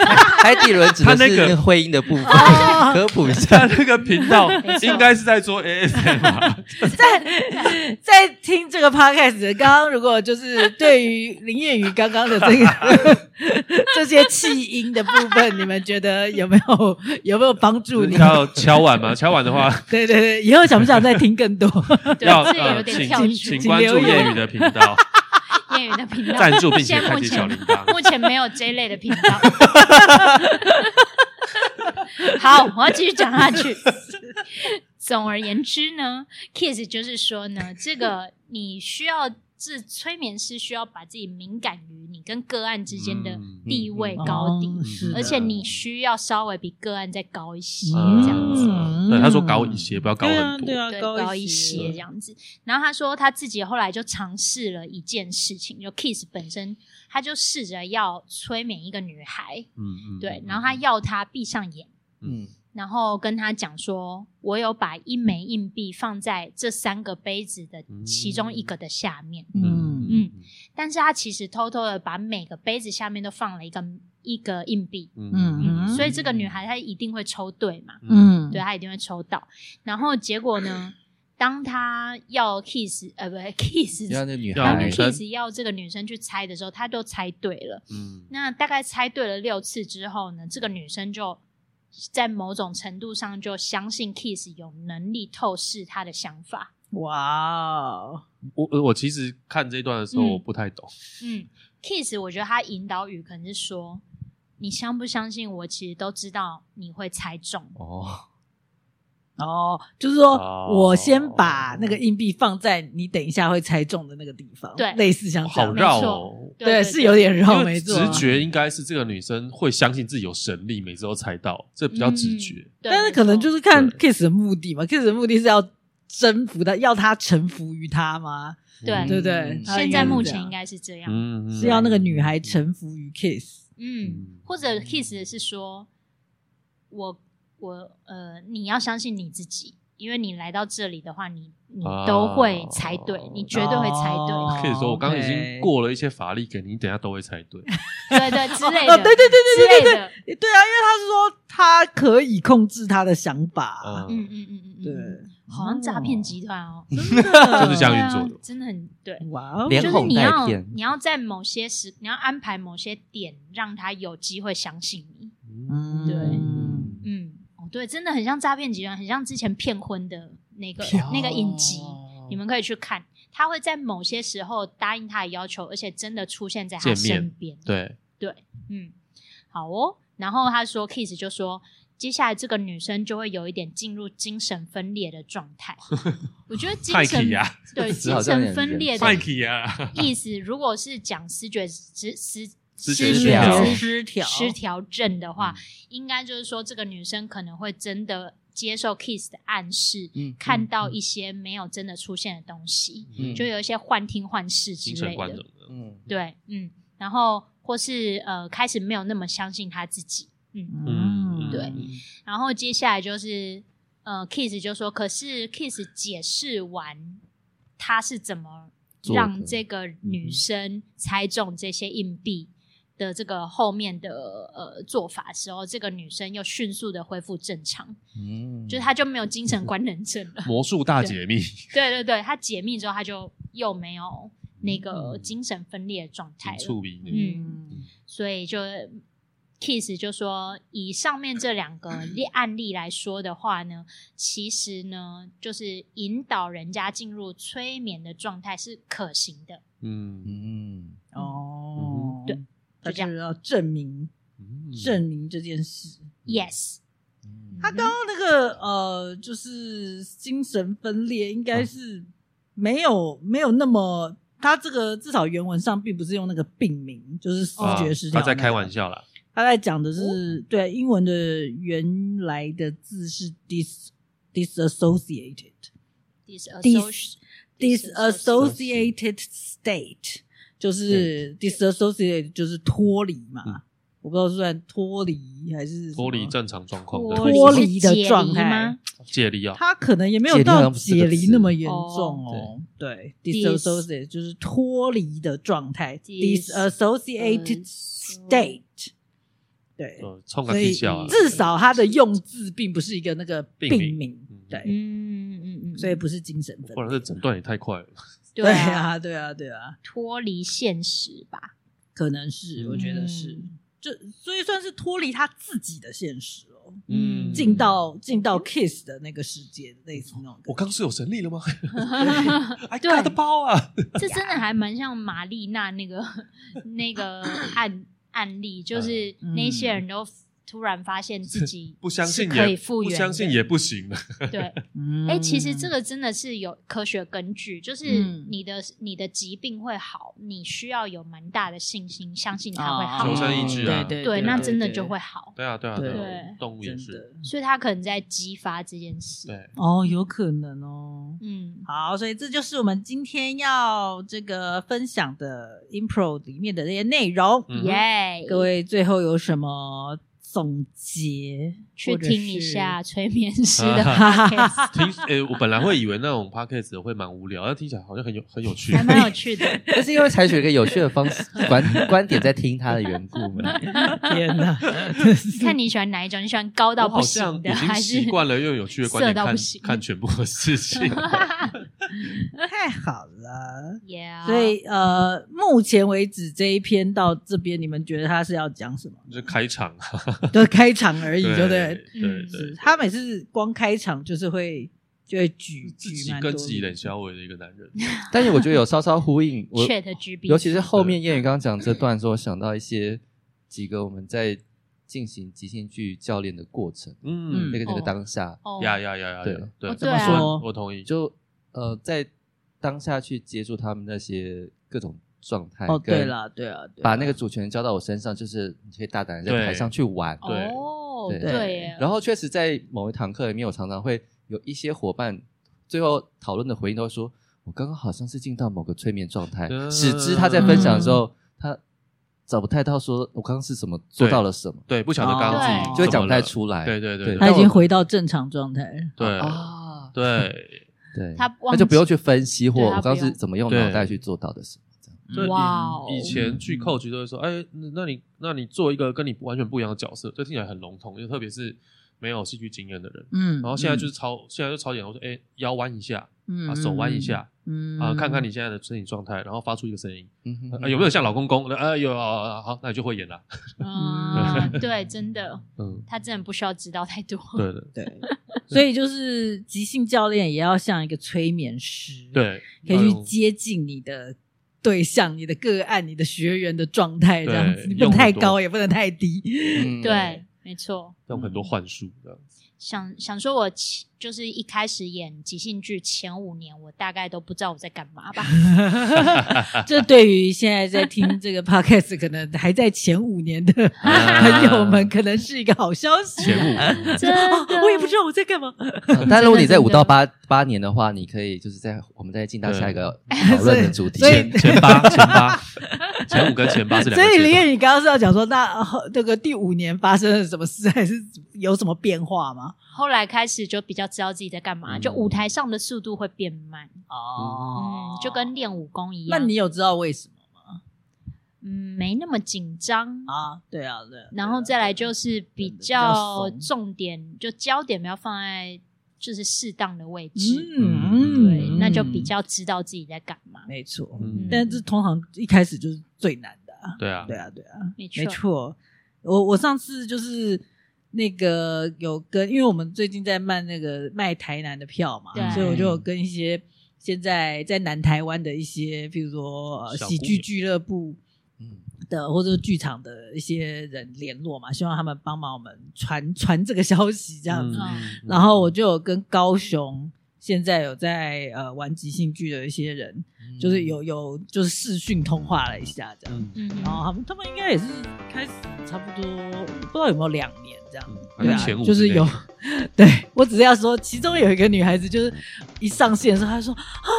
A: 海底轮指的
B: 他那
A: 是
B: 个
A: 那个会阴的部分，
C: 哦
A: 科普一
B: 他
A: 下。
B: 那个频道
C: 没错
B: 应该是在做 ASM 啊，
D: 在在听这个 podcast，的刚刚如果就是 对于林燕宇刚刚的这个这些气音的部分，你们觉得有没有有没有帮助你？
B: 要敲碗嘛，敲碗的话
D: 对对对，以后想不想再听更多？
C: 对，
B: 要
C: 这也有
B: 呃，
C: 点
B: 请
C: 跳
B: 请
C: 出
D: 请
B: 关注
D: 留言
B: 谚语的频道，
C: 谚语的频 道，
B: 赞助并且
C: 现在
B: 开
C: 目
B: 启
C: 前
B: 小铃铛。
C: 目前没有这一类的频道。 好，我要继续讲 下去。总而言之呢，kiss 就是说呢，这个你需要这催眠师需要把自己敏感于你跟个案之间的
B: 嗯
C: 地位高低，
D: 哦是的
C: 而且你需要稍微比个案再高一些，
D: 嗯
C: 这样子。
B: 嗯对，他说高一些，不要高很多。
D: 啊
C: 对，高一些这。样子。然后他说他自己后来就尝试了一件事情，就 Kiss 本身，他就试着要催眠一个女孩，
B: 嗯嗯，
C: 对，然后他要她闭上眼，
A: 嗯，
C: 然后跟她讲说，我有把一枚硬币放在这三个杯子的其中一个的下面，
D: 嗯
C: 嗯但是他其实偷偷的把每个杯子下面都放了一个一个硬币，
B: 嗯
D: 嗯
C: 所以这个女孩她一定会抽对嘛，
D: 嗯，
C: 对他一定会抽到。然后结果呢，当他要 kiss 呃不 kiss，
A: 让那女
C: 当
B: 要
A: 孩
B: 女生
C: kiss 要这个女生去猜的时候，他都猜对了。
B: 嗯
C: 那大概猜对了六次之后呢，这个女生就在某种程度上就相信 kiss 有能力透视她的想法。
D: 哇哦，
B: 我我我其实看这一段的时候，
C: 嗯
B: 我不太懂。
C: 嗯，kiss 我觉得他引导语可能是说。你相不相信我？其实都知道你会猜中，
A: 哦，
D: 哦，就是说
B: 哦
D: 我先把那个硬币放在你等一下会猜中的那个地方，
C: 对
D: 类似像这
B: 好
D: 样，
B: 绕 哦。
C: 对对
D: 是有点啊绕，
B: 因
D: 没
B: 为
D: 错，啊
B: 直觉应该是这个女生会相信自己有神力，每次都猜到，这比较直
C: 嗯
B: 觉。
C: 对
D: 但是
C: 没
D: 可能
C: 错
D: 就是看
B: 对
D: Kiss 的目的嘛，Kiss 的目的是要征服他，要他臣服于他吗？
C: 对
D: 对不对？他
C: 嗯现
D: 应
C: 在
D: 该是
C: 目
D: 这
C: 前
D: 样
C: 应该是这样，
B: 嗯，嗯
D: 啊是要那个女孩臣服于
C: 嗯
D: Kiss。
B: 嗯，
C: 或者 kiss 的是说，我我呃，你要相信你自己，因为你来到这里的话，你你
B: 啊
C: 都会猜对，你绝对会猜对，
D: 哦
B: 可以说，我刚刚已经
D: OK
B: 过了一些法力给你，等一下都会猜对。
C: 对对之类
D: 哦
C: 的，
D: 对对对对对
C: 之类
D: 对
C: 的，
D: 对啊，因为他是说他可以控制他的想法，
C: 嗯
B: 嗯，
C: 嗯嗯嗯，嗯
D: 对，
C: 好像诈骗集团哦，
D: 真
B: 就是这样运作
C: 对啊
B: 的
C: 真的很对。
D: 哇哦，
A: 连
C: 就是
A: 哄
C: 你
A: 带
C: 要
A: 骗
C: 你要在某些时，你要安排某些点，让他有机会相信你。
D: 嗯
C: 对
A: 嗯
C: 嗯，哦，对，真的很像诈骗集团，很像之前骗婚的那个
D: 骗婚
C: 那个影集，
D: 哦
C: 你们可以去看。他会在某些时候答应他的要求，而且真的出现在
B: 见
C: 他
B: 面
C: 身边。
B: 对，
C: 对，嗯，好哦。然后他说，Kiss 就说，接下来这个女生就会有一点进入精神分裂的状态。我觉得精
B: 派
C: 神
B: 克呀，
C: 对
A: 只
C: 精
A: 好这样
C: 神分裂的
B: 派啊克 呀，
C: 意思，如果是讲失觉失失
B: 失
A: 觉
D: 失
A: 失调
D: 觉
A: 调
D: 失调，
C: 失调症的话，应该就是说这个女生可能会真的接受 kiss 的暗示，
A: 嗯
C: 看到一些没有真的出现的东西，
A: 嗯
C: 就有一些幻听幻视之
B: 精神
C: 类
B: 观
C: 的。
B: 众的，
A: 嗯
C: 对，嗯，然后或是呃开始没有那么相信他自己，嗯，
B: 嗯
C: 对然后接下来就是呃 kiss 就说，可是 kiss 解释完他是怎么
A: 做的嗯
C: 让这个女生猜中这些硬币。的这个后面的呃做法的时候，这个女生又迅速的恢复正常，
A: 嗯
C: 就是她就没有精神官能症了。
B: 魔术大解 密，
C: 对对对，她解密之后，她就又没有那个精神分裂的状态了。
B: 触鼻女，
D: 嗯
C: 所以就 Kiss 就说，以上面这两个例案例来说的话呢，其实呢，就是引导人家进入催眠的状态是可行的。
B: 嗯
A: 嗯
D: 哦，
C: 对，
D: 他
C: 就这样
D: 就是要证明
B: 嗯
D: 证明这件事。
C: Yes，
A: 嗯
D: 他刚刚那个呃，就是精神分裂，应该是没有、没有那么，他这个至少原文上并不是用那个病名，就是视
B: 啊
D: 觉失调、
B: 他在开玩，笑啦，
D: 他在讲的是、对英文的原来的字是 dis disassociated
C: Disassociate-
D: disassociated state，就是 disassociated 就是脱离嘛。
B: 嗯
D: 我不知道是算脱离还是什么
B: 脱离正常状况，
C: 脱
B: 对
D: 脱
C: 离
D: 离
C: 是
D: 的
C: 解
D: 状
C: 离
D: 态
C: 吗？
B: 解离啊，
D: 他可能也没有
A: 解离好
D: 到
A: 像不是个
D: 解离那么
C: 词
D: 严重
A: 哦
D: 哦。对
C: Dis-
D: ，dissociate 就是脱离的状态
C: Dis-
D: ，disassociated state。对，
B: 呃，冲个
D: 所
B: 地
D: 以
B: 笑啊，
D: 至少他的用字并不是一个那个
B: 病名
D: 病名
B: 嗯，
D: 对，
C: 嗯嗯嗯，
D: 所以不是精神分
B: 或者
D: 裂。
B: 是诊断也太快了，
C: 对
D: 对
C: 啊，
D: 啊，对啊，对啊，
C: 脱离现实吧。
D: 可能是，我觉得是
C: 嗯，
D: 就所以算是脱离他自己的现实哦，
B: 嗯
D: 进到进到 kiss 的那个世界，类似那种感觉。
B: 我刚是有神力了吗 ？I
C: 对
B: got the power，
C: 这真的还蛮像玛丽娜那个那个案案例，
B: 呃
C: 就是那些人都突然发现自
B: 嗯
C: 己
B: 不相信
C: 是可以
B: 也不
C: 复原的，
B: 相信也不行了，
C: 对。
D: 嗯，
C: 哎、其实这个真的是有科学根据，就是
D: 嗯
C: 你的、你的疾病会好，你需要有蛮大的信心，相信它会
B: 求
C: 好。
B: 生意志啊
D: 哦对
C: 对，那真的就会好。
B: 对啊对啊啊
D: 对，
B: 动物也
D: 真
B: 是，
D: 的
C: 所以他可能在激发这件事。
B: 对，
D: 哦，有可能哦。
C: 嗯，
D: 好，所以这就是我们今天要这个分享的 impro 里面的这些内容。
B: 嗯
C: 耶、
D: 各位最后有什么总结？
C: 去
D: 或者
C: 听一
D: 是
C: 下催眠师的
B: 啊
C: podcast，
B: 听，诶，我本来会以为那种 podcast 会蛮无聊，但听起来好像很有很有趣
C: 还。蛮有趣的。
A: 但是因为采取一个有趣的方式观观点在听他的缘故嘛，
D: 天哪！
C: 看你喜欢哪一种，你喜欢高 到
B: 我
C: 不
B: 好像
C: 行
B: 已
C: 的，
B: 经
C: 还是
B: 习惯了用有趣的观点
C: 色到
B: 看
C: 不行
B: 看全部的事 情。
D: 太好了。
C: ？Yeah，
D: 所以呃，目前为止这一篇到这边，你们觉得他是要讲 什么？
B: 就开场，啊
D: 就开场而已，
B: 对
D: 对
B: 对
D: 不对？
B: 对
C: 嗯
B: 对，
D: 他每次光开场就是会就会举
B: 自
D: 举
B: 己
D: 蛮
B: 跟
D: 多
B: 自己
D: 例
B: 冷
D: 子
B: 笑话的一个男人，
A: 但是我觉得有稍稍呼应，我
C: Chat GB，
A: 尤其是后面谚语刚刚讲这段的时候，我想到一些几个我们在进行即兴剧教练的过程，
B: 嗯
A: 那个那个
C: 哦
A: 当下，
C: 哦，
B: 呀呀呀呀，
A: 对
B: 呀
C: 哦
B: 对，
C: 对
A: 啊
B: 我同我同意，
A: 就呃在当下去接触他们那些各种状态，
D: 哦，对
A: 了，
D: 啦，对啊，对啦
A: 把那个主权交到我身上，就是你可以大胆的在
B: 对
A: 台上去玩，
B: 对
C: 哦，
A: 对
C: 对耶，
A: 然后确实在某一堂课里面，我常常会有一些伙伴最后讨论的回应都说，我刚刚好像是进到某个催眠状态，
B: 嗯
A: 使之他在分享的时候，他找不太到说我刚刚是什么做到了什么，
B: 对，不晓得刚刚自己
C: 哦
A: 就会
B: 怎
A: 讲
B: 么
A: 不太
B: 了
A: 出来。
B: 对对对，
A: 对
D: 他已
A: 但
D: 经
A: 我
D: 哦回到正常状态了。
B: 对
A: 啊，
B: 对，
A: 对，
C: 哦他忘
A: 那就
C: 记
A: 不用去分析或
C: 对
A: 我
C: 他
A: 刚刚
C: 不
A: 是
C: 用
A: 怎么用
B: 对
A: 脑袋去做到的事。这样
B: 所以
C: 哇哦
B: 以以
D: 嗯
B: 前去 coach 都会说，哎，那你那你做一个跟你完全不一样的角色，这听起来很笼统，就特别是没有戏剧经验的人。
D: 嗯，
B: 然后现在就是超，现在就超简单，我说，哎，腰弯一下，
D: 嗯
B: 啊，手弯一，下，
D: 嗯
B: 啊，看看你现在的身体状态，然后发出一个声音，
A: 嗯哼
B: 呃有没有像老公
D: 嗯
B: 公？啊，有，啊好，那你就会演了。
C: 嗯，对，真的，
B: 嗯，
C: 他真的不需要知道太多。
D: 哦
B: 对的，
D: 对， 所以就是即兴教练也要像一个催眠师，，
B: 对，哎
D: 可以
B: 要
D: 去
B: 用
D: 接近你的对象、你的个案、你的学员的状态这样子，
B: 对
D: 你不能
B: 用很
D: 太
B: 多
D: 高，也不能太低。
A: 嗯
C: 对，没错。
B: 用
D: 嗯
B: 很多幻术这样子。
C: 想想说我起，就是一开始演即兴剧前五年，我大概都不知道我在干 嘛吧。
D: 这对于现在在听这个 podcast 可能还在前五年的 朋友们，可能是一个好消
B: 啊
D: 息。
B: 前五，
C: 真
D: 哦
C: 的，
D: 我也不知道我在干嘛，
A: 嗯但如果你在
C: 真的
A: 五到八八年的话，你可以就是在我们再进到
B: 对
A: 下一个讨 论的主题
D: 所以。
B: 前前八，前八，前五跟前八是两
D: 所
B: 个
D: 以
B: 阶
D: 林
B: 段。
D: 燕，你刚刚是要讲说，那后那个第五年发生了什么事，还是有什么变化吗？
C: 后来开始就比较知道自己在干嘛，
B: 嗯
C: 就舞台上的速度会变慢，
B: 哦
C: 嗯，就跟练武功一
D: 那
C: 样。
D: 你有知道为什么
C: 嗯没那么紧张，
D: 啊？对啊，对啊。
C: 然后再来就是比
D: 比较
C: 较
D: 松
C: 重点，就焦点不要放在就是适当的位置，
D: 嗯，
C: 对，
D: 嗯
C: 那就比较知道自己在干嘛。
D: 没错。
B: 嗯
D: 但这通常一开始就是最难的啊。
B: 对啊，
D: 对啊，对啊。
C: 没错，
D: 没错，我我上次就是那个有跟，因为我们最近在卖那个卖台南的票嘛
C: 对，
D: 所以我就有跟一些现在在南台湾的一些，比如说、呃、
B: 小
D: 喜
B: 姑
D: 剧
B: 娘
D: 俱乐部
A: 嗯
D: 的或者剧场的一些人联络嘛，希望他们帮忙我们传传这个消息这样子。
C: 嗯
D: 然后我就有跟高雄现在有在呃玩即兴剧的一些人，就是有有就是视讯通话了一下这样。
B: 嗯，
C: 嗯哼，
D: 然后他们他们应该也是开始差不多，不知道有没有两年这样。
B: 反
D: 对
B: 正嗯
D: 啊
B: 前五，
D: 就 是有， 对我只是要说，其中有一个女孩子，
B: 嗯
D: 就是一上线的时候，她就说啊，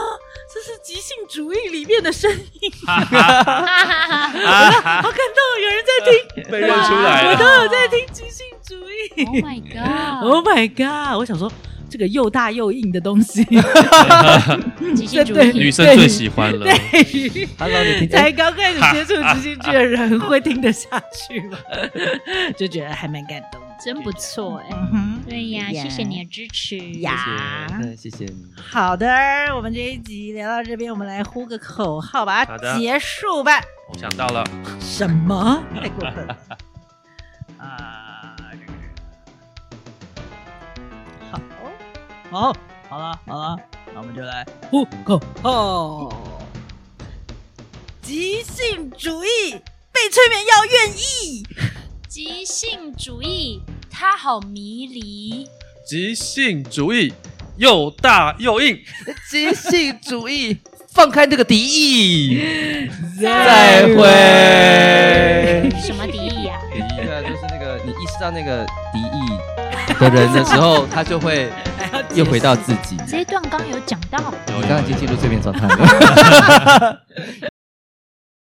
D: 这是即兴主义里面的声音，
C: 哈哈 哈
B: 啊
D: 好感动，有人在听，
B: 被认出来
D: 我
B: 了。
D: 都有在听即兴主义。
C: ，Oh my
D: Oh
C: god，
D: my god！我想说，这个又大又硬的 东西，
C: 即兴主
D: 对
C: 义，
B: 女生最喜欢了，
D: 对于
A: ，Hello，你听见
D: 才刚开始接触即兴剧的人会听得下去吗？ 就觉得还蛮感动的，
C: 真不
D: 就这样
C: 错哎、
D: 嗯哼，
C: 对呀，
D: 呀
C: 谢谢你的支持
D: 呀
A: 对，谢谢你。
D: 好的，我们这一集聊到这边，我们来呼个口号吧
B: 好，的
D: 结束吧。
B: 我想到了，
D: 什么？太过分了。啊，这个好，好，哦好了，好了，那我们就来呼口号。 即兴主义被催眠要愿意。
C: 即兴主义，它好迷离。
B: 即兴主义又大又硬，
A: 即兴主义，放开这个敌意。
C: 再
A: 会。
C: 什么敌意啊？
B: 敌意
A: 对啊，就是那个你意识到那个敌意的人的时候，他 就会又回到自己。
C: 这一段刚有讲到，
A: 你刚刚已经进入睡眠状态了。